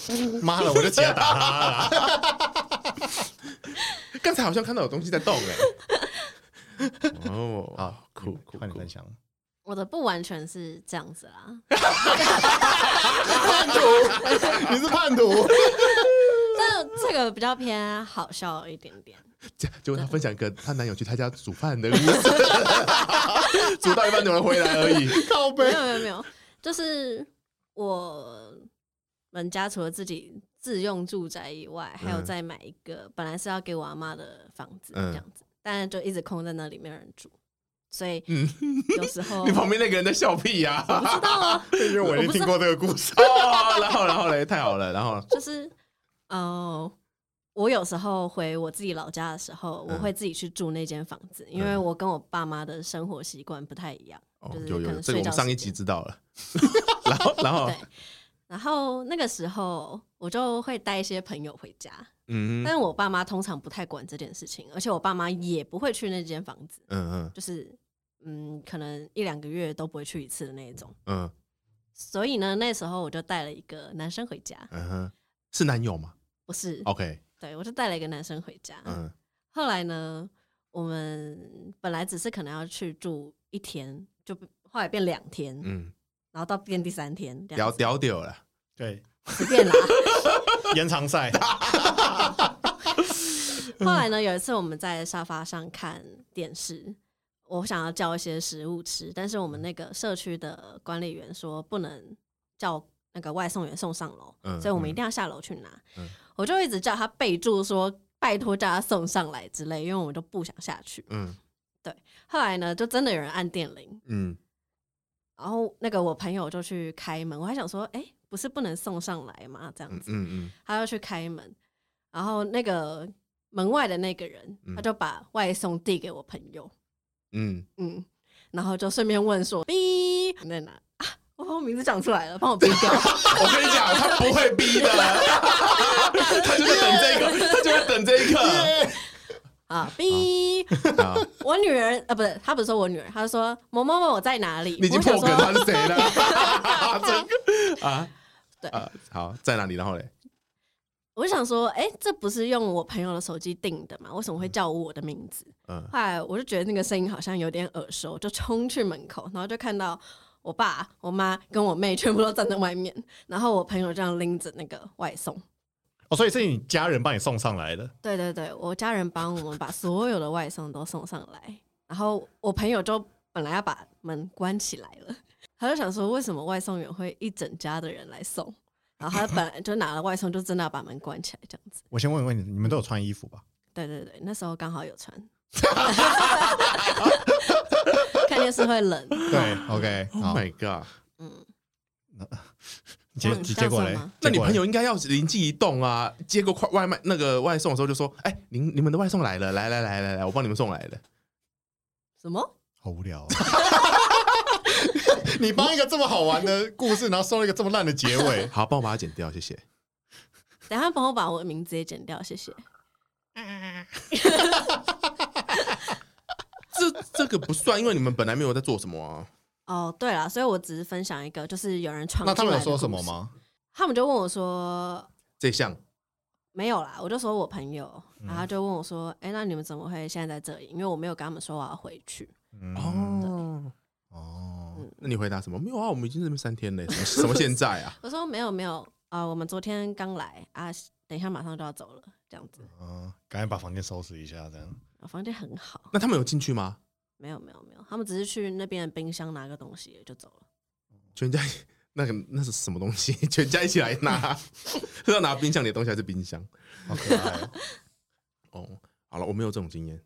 [SPEAKER 1] 妈了，我就起来打他了。
[SPEAKER 2] 刚才好像看到有东西在动哎、哦，
[SPEAKER 1] 好，
[SPEAKER 2] 酷
[SPEAKER 1] 你
[SPEAKER 2] 酷
[SPEAKER 1] 换你
[SPEAKER 2] 酷
[SPEAKER 1] 嗯分享。
[SPEAKER 3] 我的不完全是这样子啦，
[SPEAKER 1] 你是叛徒，
[SPEAKER 3] 但这个比较偏好笑一点点。
[SPEAKER 2] 结结果她分享一个她男友去她家煮饭的故事，煮到一半有人回来而已。
[SPEAKER 1] 靠
[SPEAKER 3] 没
[SPEAKER 1] 背。
[SPEAKER 3] 有没有没有，就是我们家除了自己自用住宅以外，还有
[SPEAKER 2] 嗯
[SPEAKER 3] 再买一个，本来是要给我阿妈的房子
[SPEAKER 2] 嗯
[SPEAKER 3] 这样子，但就一直空在那里，没有人住，所以
[SPEAKER 2] 嗯
[SPEAKER 3] 有时候
[SPEAKER 2] 你旁边那个人在笑屁呀、
[SPEAKER 3] 我不知道啊，
[SPEAKER 1] 因为我已经听过 这个故事，
[SPEAKER 2] 哦，然后然后嘞，太好 了，然后
[SPEAKER 3] 就是呃，我有时候回我自己老家的时候，我
[SPEAKER 2] 嗯
[SPEAKER 3] 会自己去住那间房子，因为
[SPEAKER 2] 嗯
[SPEAKER 3] 我跟我爸妈的生活习惯不太一样。
[SPEAKER 2] 哦
[SPEAKER 3] 就是
[SPEAKER 2] 有
[SPEAKER 3] 可
[SPEAKER 2] 有，
[SPEAKER 3] 能
[SPEAKER 2] 这个
[SPEAKER 3] 睡
[SPEAKER 2] 我们
[SPEAKER 3] 觉
[SPEAKER 2] 上一
[SPEAKER 3] 时
[SPEAKER 2] 集
[SPEAKER 3] 间
[SPEAKER 2] 知道了。 然后然后
[SPEAKER 3] 对，然后那个时候我就会带一些朋友回家，
[SPEAKER 2] 嗯
[SPEAKER 3] 但是我爸妈通常不太管这件事情，而且我爸妈也不会去那间房子，
[SPEAKER 2] 嗯嗯
[SPEAKER 3] 就是嗯，可能一两个月都不会去一次的那一种。
[SPEAKER 2] 嗯
[SPEAKER 3] 所以呢，那时候我就带了一个男生回家，
[SPEAKER 2] 嗯哼，是男友吗
[SPEAKER 3] 不是，
[SPEAKER 2] ？OK，
[SPEAKER 3] 对我就带了一个男生回家。
[SPEAKER 2] 哦嗯
[SPEAKER 3] 后来呢，我们本来只是可能要去住一天，就后来变两天，
[SPEAKER 2] 嗯，
[SPEAKER 3] 然后到变第三天，这
[SPEAKER 2] 屌
[SPEAKER 3] 样子
[SPEAKER 2] 屌屌了，
[SPEAKER 1] 对，
[SPEAKER 3] 随便啦。
[SPEAKER 1] 延长 赛，
[SPEAKER 3] 后来呢，有一次我们在沙发上看电视，我想要叫一些食物吃，但是我
[SPEAKER 2] 嗯
[SPEAKER 3] 们那个社区的管理员说不能叫那个外送员送上楼，
[SPEAKER 2] 嗯
[SPEAKER 3] 所以我们
[SPEAKER 2] 嗯
[SPEAKER 3] 一定要下楼去拿。
[SPEAKER 2] 嗯
[SPEAKER 3] 我就一直叫他备注说拜托叫他送上来之类，因为我们都不想下去。
[SPEAKER 2] 嗯
[SPEAKER 3] 后来呢，就真的有人按电铃，
[SPEAKER 2] 嗯
[SPEAKER 3] 然后那个我朋友就去开门，我还想说，哎、不是不能送上来吗？这样
[SPEAKER 2] 嗯
[SPEAKER 3] 子，
[SPEAKER 2] 嗯
[SPEAKER 3] 他要去开门，然后那个门外的那个人，
[SPEAKER 2] 嗯
[SPEAKER 3] 他就把外送递给我朋友，
[SPEAKER 2] 嗯
[SPEAKER 3] 嗯，然后就顺便问说：“哔你在哪？”啊，我把我名字讲出来了，帮我逼掉。啊
[SPEAKER 2] 我跟你讲，他不会逼的， 他就在等这个，他就在等这个。
[SPEAKER 3] 啊，逼
[SPEAKER 2] 啊，
[SPEAKER 3] 我女儿啊，不是，他不是说我女儿，他说某某某我在哪里？
[SPEAKER 2] 你已经
[SPEAKER 3] 我想
[SPEAKER 2] 破
[SPEAKER 3] 说
[SPEAKER 2] 梗他是谁了？ 这个啊，
[SPEAKER 3] 对
[SPEAKER 2] 啊，好，在哪里？然后嘞，
[SPEAKER 3] 我就想说，哎、这不是用我朋友的手机订的吗？为什么会叫我的名字？
[SPEAKER 2] 嗯
[SPEAKER 3] 后来我就觉得那个声音好像有点耳熟，就冲去门口，然后就看到我爸、我妈跟我妹全部都站在外面，然后我朋友这样拎着那个外送。
[SPEAKER 1] 哦，所以是你家人帮你送上来的，
[SPEAKER 3] 对对对，我家人帮我们把所有的外送都送上来，然后我朋友就本来要把门关起来了，他就想说为什么外送员会一整家的人来送，然后他本来就拿了外送，就真的要把门关起来这样子。
[SPEAKER 1] 我先问问你，你们都有穿衣服吧？
[SPEAKER 3] 对对对，那时候刚好有 穿，看电视会 冷，
[SPEAKER 1] 对，OK，
[SPEAKER 2] ，Oh
[SPEAKER 1] 好，
[SPEAKER 2] my god！
[SPEAKER 3] 嗯，
[SPEAKER 1] 结
[SPEAKER 3] 这样
[SPEAKER 1] 结
[SPEAKER 3] 这样
[SPEAKER 1] 结果
[SPEAKER 3] 算
[SPEAKER 1] 嘞
[SPEAKER 3] 吗？
[SPEAKER 2] 那你
[SPEAKER 1] 结果嘞
[SPEAKER 2] 朋友应该要灵机一动啊！接过快外卖那个外送的时候就说：“哎、您你们的外送来了，来来来来来，我帮你们送来了。
[SPEAKER 3] 什么？
[SPEAKER 1] 好无聊、哦。 你帮一个这么好玩的故事，然后送了一个这么烂的结 尾”，
[SPEAKER 2] 好，帮我把它剪掉，谢谢。
[SPEAKER 3] 等一下帮我把我的名字也剪掉，谢谢。
[SPEAKER 2] 这这个不算，因为你们本来没有在做什么啊。
[SPEAKER 3] 哦，对了，所以我只是分享一个，就是有人闯
[SPEAKER 1] 那他
[SPEAKER 3] 进
[SPEAKER 1] 们
[SPEAKER 3] 来
[SPEAKER 1] 有
[SPEAKER 3] 的
[SPEAKER 1] 说什
[SPEAKER 3] 故
[SPEAKER 1] 么
[SPEAKER 3] 事？
[SPEAKER 1] 吗？
[SPEAKER 3] 他们就问我说，
[SPEAKER 2] 这项
[SPEAKER 3] 没有啦，我就说我朋友，
[SPEAKER 1] 嗯
[SPEAKER 3] 然后他就问我说：“哎、那你们怎么会现在在这里？”因为我没有跟他们说我要回去。
[SPEAKER 1] 嗯
[SPEAKER 2] 哦，
[SPEAKER 1] 哦，
[SPEAKER 2] 那你回答什么？没有啊，我们已经这边三天了， 什么什么现在啊？
[SPEAKER 3] 我说：“没有，没有啊、我们昨天刚来啊，等一下马上就要走了，这样子。
[SPEAKER 1] 嗯，赶紧把房间收拾一下，这样。
[SPEAKER 3] 啊房间很好，
[SPEAKER 2] 那他们有进去吗？
[SPEAKER 3] 没有，没有，没有，他们只是去那边的冰箱拿个东西就走了。
[SPEAKER 2] 全家 那个那是什么东西？ 全家一起来拿， 是要拿冰箱里的东西还是冰箱？
[SPEAKER 1] 好可爱、哦，
[SPEAKER 2] 哦，好了，我没有这种经验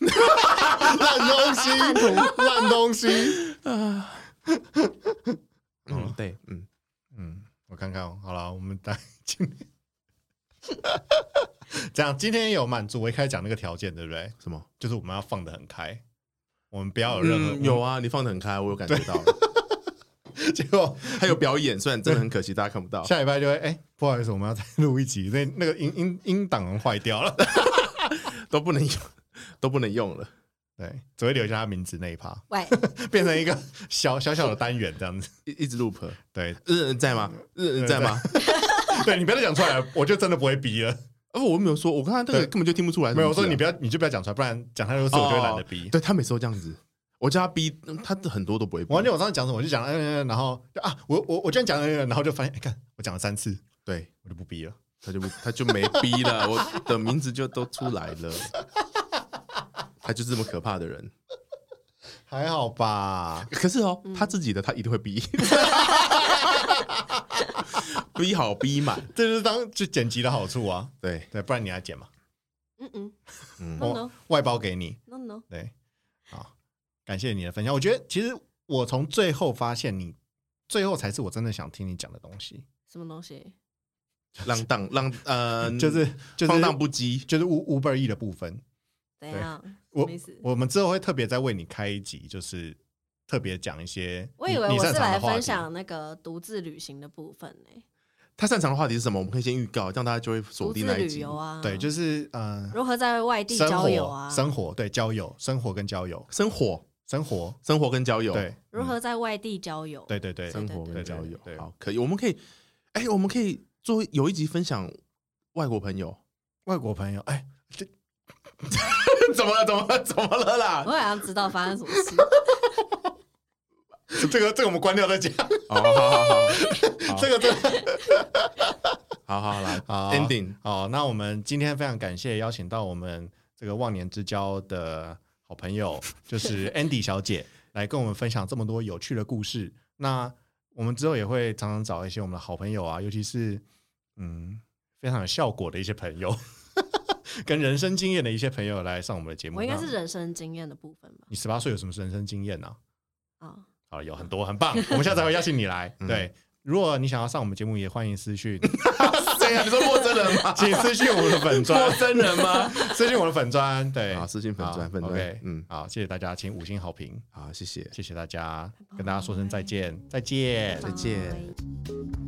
[SPEAKER 1] 烂东西，烂东西。
[SPEAKER 2] 啊。 嗯
[SPEAKER 1] 嗯，
[SPEAKER 2] 对，嗯，
[SPEAKER 1] 嗯，我看看哦，好了，我们大概今天这样，今天也有满足我一开始讲那个条件，对不对？
[SPEAKER 2] 什么？
[SPEAKER 1] 就是我们要放得很开，我们不要哦有任何、
[SPEAKER 2] 嗯有啊，你放得很开，我有感觉到。
[SPEAKER 1] 嗯结果
[SPEAKER 2] 还有表演，虽然真的很可惜，大家看不到。
[SPEAKER 1] 下礼拜就会哎、不好意思，我们要再录一集，那那个音音音档坏掉了，
[SPEAKER 2] 都不能用，都不能用了。
[SPEAKER 1] 对，只会留下他名字那一趴，
[SPEAKER 3] 喂，
[SPEAKER 1] 变成一个小小小的单元这样子。
[SPEAKER 2] 一一直 loop，
[SPEAKER 1] 对，
[SPEAKER 2] 日人呃在吗？日人在吗？
[SPEAKER 1] 对你不要再讲出来了，我就真的不会逼了。
[SPEAKER 2] 哦，我没有说，我刚才那个
[SPEAKER 1] 对
[SPEAKER 2] 根本就听不出来什
[SPEAKER 1] 没
[SPEAKER 2] 么
[SPEAKER 1] 有，
[SPEAKER 2] 字啊。
[SPEAKER 1] 我说你不要，你就不要讲出来，不然讲太多次我就会懒得逼。
[SPEAKER 2] 对他每次都这样子，我叫他逼，他很多都不会逼
[SPEAKER 1] 我。忘记我上次讲什么，我就讲嗯嗯，嗯然后就啊，我我我居然讲了嗯，嗯然后就发现，哎，看我讲了三次，
[SPEAKER 2] 对，
[SPEAKER 1] 我就不逼了。
[SPEAKER 2] 他就不，他就没逼了，我的名字就都出来了。他就是这么可怕的人。
[SPEAKER 1] 还好吧？
[SPEAKER 2] 可是哦，他自己的他一定会逼，逼好逼满。
[SPEAKER 1] 这就是当就剪辑的好处啊，
[SPEAKER 2] 对，
[SPEAKER 1] 对，不然你来剪嘛，
[SPEAKER 3] 嗯嗯
[SPEAKER 2] 嗯
[SPEAKER 3] ，no no
[SPEAKER 1] 外包给你。
[SPEAKER 3] no no，
[SPEAKER 1] 对，好，感谢你的分享。我觉得其实我从最后发现你，最后才是我真的想听你讲的东西，
[SPEAKER 3] 什么东西？
[SPEAKER 2] 浪荡浪呃，
[SPEAKER 1] 就是就是
[SPEAKER 2] 放荡不羁。
[SPEAKER 1] 就是 U Uber E 的部分。
[SPEAKER 3] 怎样？什
[SPEAKER 1] 我
[SPEAKER 3] 么意思？
[SPEAKER 1] 我们之后会特别再为你开一集，就是特别讲一些
[SPEAKER 3] 我
[SPEAKER 1] 你
[SPEAKER 3] 以为
[SPEAKER 1] 你
[SPEAKER 3] 我
[SPEAKER 1] 擅
[SPEAKER 3] 是
[SPEAKER 1] 长的
[SPEAKER 3] 来
[SPEAKER 1] 话
[SPEAKER 3] 分
[SPEAKER 1] 题
[SPEAKER 3] 享那个独自旅行的部分呢、
[SPEAKER 2] 他擅长的话题是什么？我们可以先预告，这样大家就会
[SPEAKER 3] 独
[SPEAKER 2] 锁
[SPEAKER 3] 自
[SPEAKER 2] 定那一
[SPEAKER 3] 旅
[SPEAKER 2] 集。
[SPEAKER 3] 游啊，
[SPEAKER 1] 对，就是呃，
[SPEAKER 3] 如何在外地
[SPEAKER 1] 生
[SPEAKER 3] 交友
[SPEAKER 1] 活
[SPEAKER 3] 啊，
[SPEAKER 1] 生活对交友生活跟交友
[SPEAKER 2] 生活，
[SPEAKER 1] 生活
[SPEAKER 2] 生活跟交友，
[SPEAKER 1] 对
[SPEAKER 3] 如何在外地交友，
[SPEAKER 1] 对对对
[SPEAKER 2] 生活
[SPEAKER 3] 对
[SPEAKER 2] 跟
[SPEAKER 1] 对
[SPEAKER 2] 交
[SPEAKER 1] 对
[SPEAKER 2] 友
[SPEAKER 1] 对。
[SPEAKER 2] 好，可以，我们可以，哎，我们可以做有一集分享外国朋友。
[SPEAKER 1] 外国朋友哎。这
[SPEAKER 2] 怎么了？怎么了？怎么了
[SPEAKER 3] 我
[SPEAKER 2] 啦？
[SPEAKER 3] 好像知道发生什 么事。
[SPEAKER 1] 这个这个我们关掉再讲，
[SPEAKER 2] 哦，好好好，
[SPEAKER 1] 这个真 的
[SPEAKER 2] 好好好啦
[SPEAKER 1] 好
[SPEAKER 2] ，ending。
[SPEAKER 1] 好。那我们今天非常感谢邀请到我们这个忘年之交的好朋友，就是 Andy 小姐，来跟我们分享这么多有趣的故事。那我们之后也会常常找一些我们的好朋友啊，尤其是嗯非常有效果的一些朋友， 跟人生经验的一些朋友来上我们的节目。
[SPEAKER 3] 我应该
[SPEAKER 1] 那
[SPEAKER 3] 是人生经验的部分吧？
[SPEAKER 1] 你十八岁有什么人生经验呢、啊？
[SPEAKER 3] 啊，
[SPEAKER 1] 好，有很多很棒，我们下次还会邀请你来。
[SPEAKER 2] 嗯
[SPEAKER 1] 对，如果你想要上我们节目，也欢迎私 讯，
[SPEAKER 2] 谁啊呀？你说陌生人吗？
[SPEAKER 1] 请私讯我们的粉
[SPEAKER 2] 陌
[SPEAKER 1] 砖，
[SPEAKER 2] 生人吗？
[SPEAKER 1] 私讯我的粉砖。对，
[SPEAKER 2] 好，私信粉砖，
[SPEAKER 1] 好
[SPEAKER 2] 粉砖
[SPEAKER 1] OK，，
[SPEAKER 2] 嗯，
[SPEAKER 1] 好，谢谢大家，请五星好评，
[SPEAKER 2] 好，谢谢。
[SPEAKER 1] 谢谢大家，跟大家说声再见，再见
[SPEAKER 2] 再见
[SPEAKER 3] 拜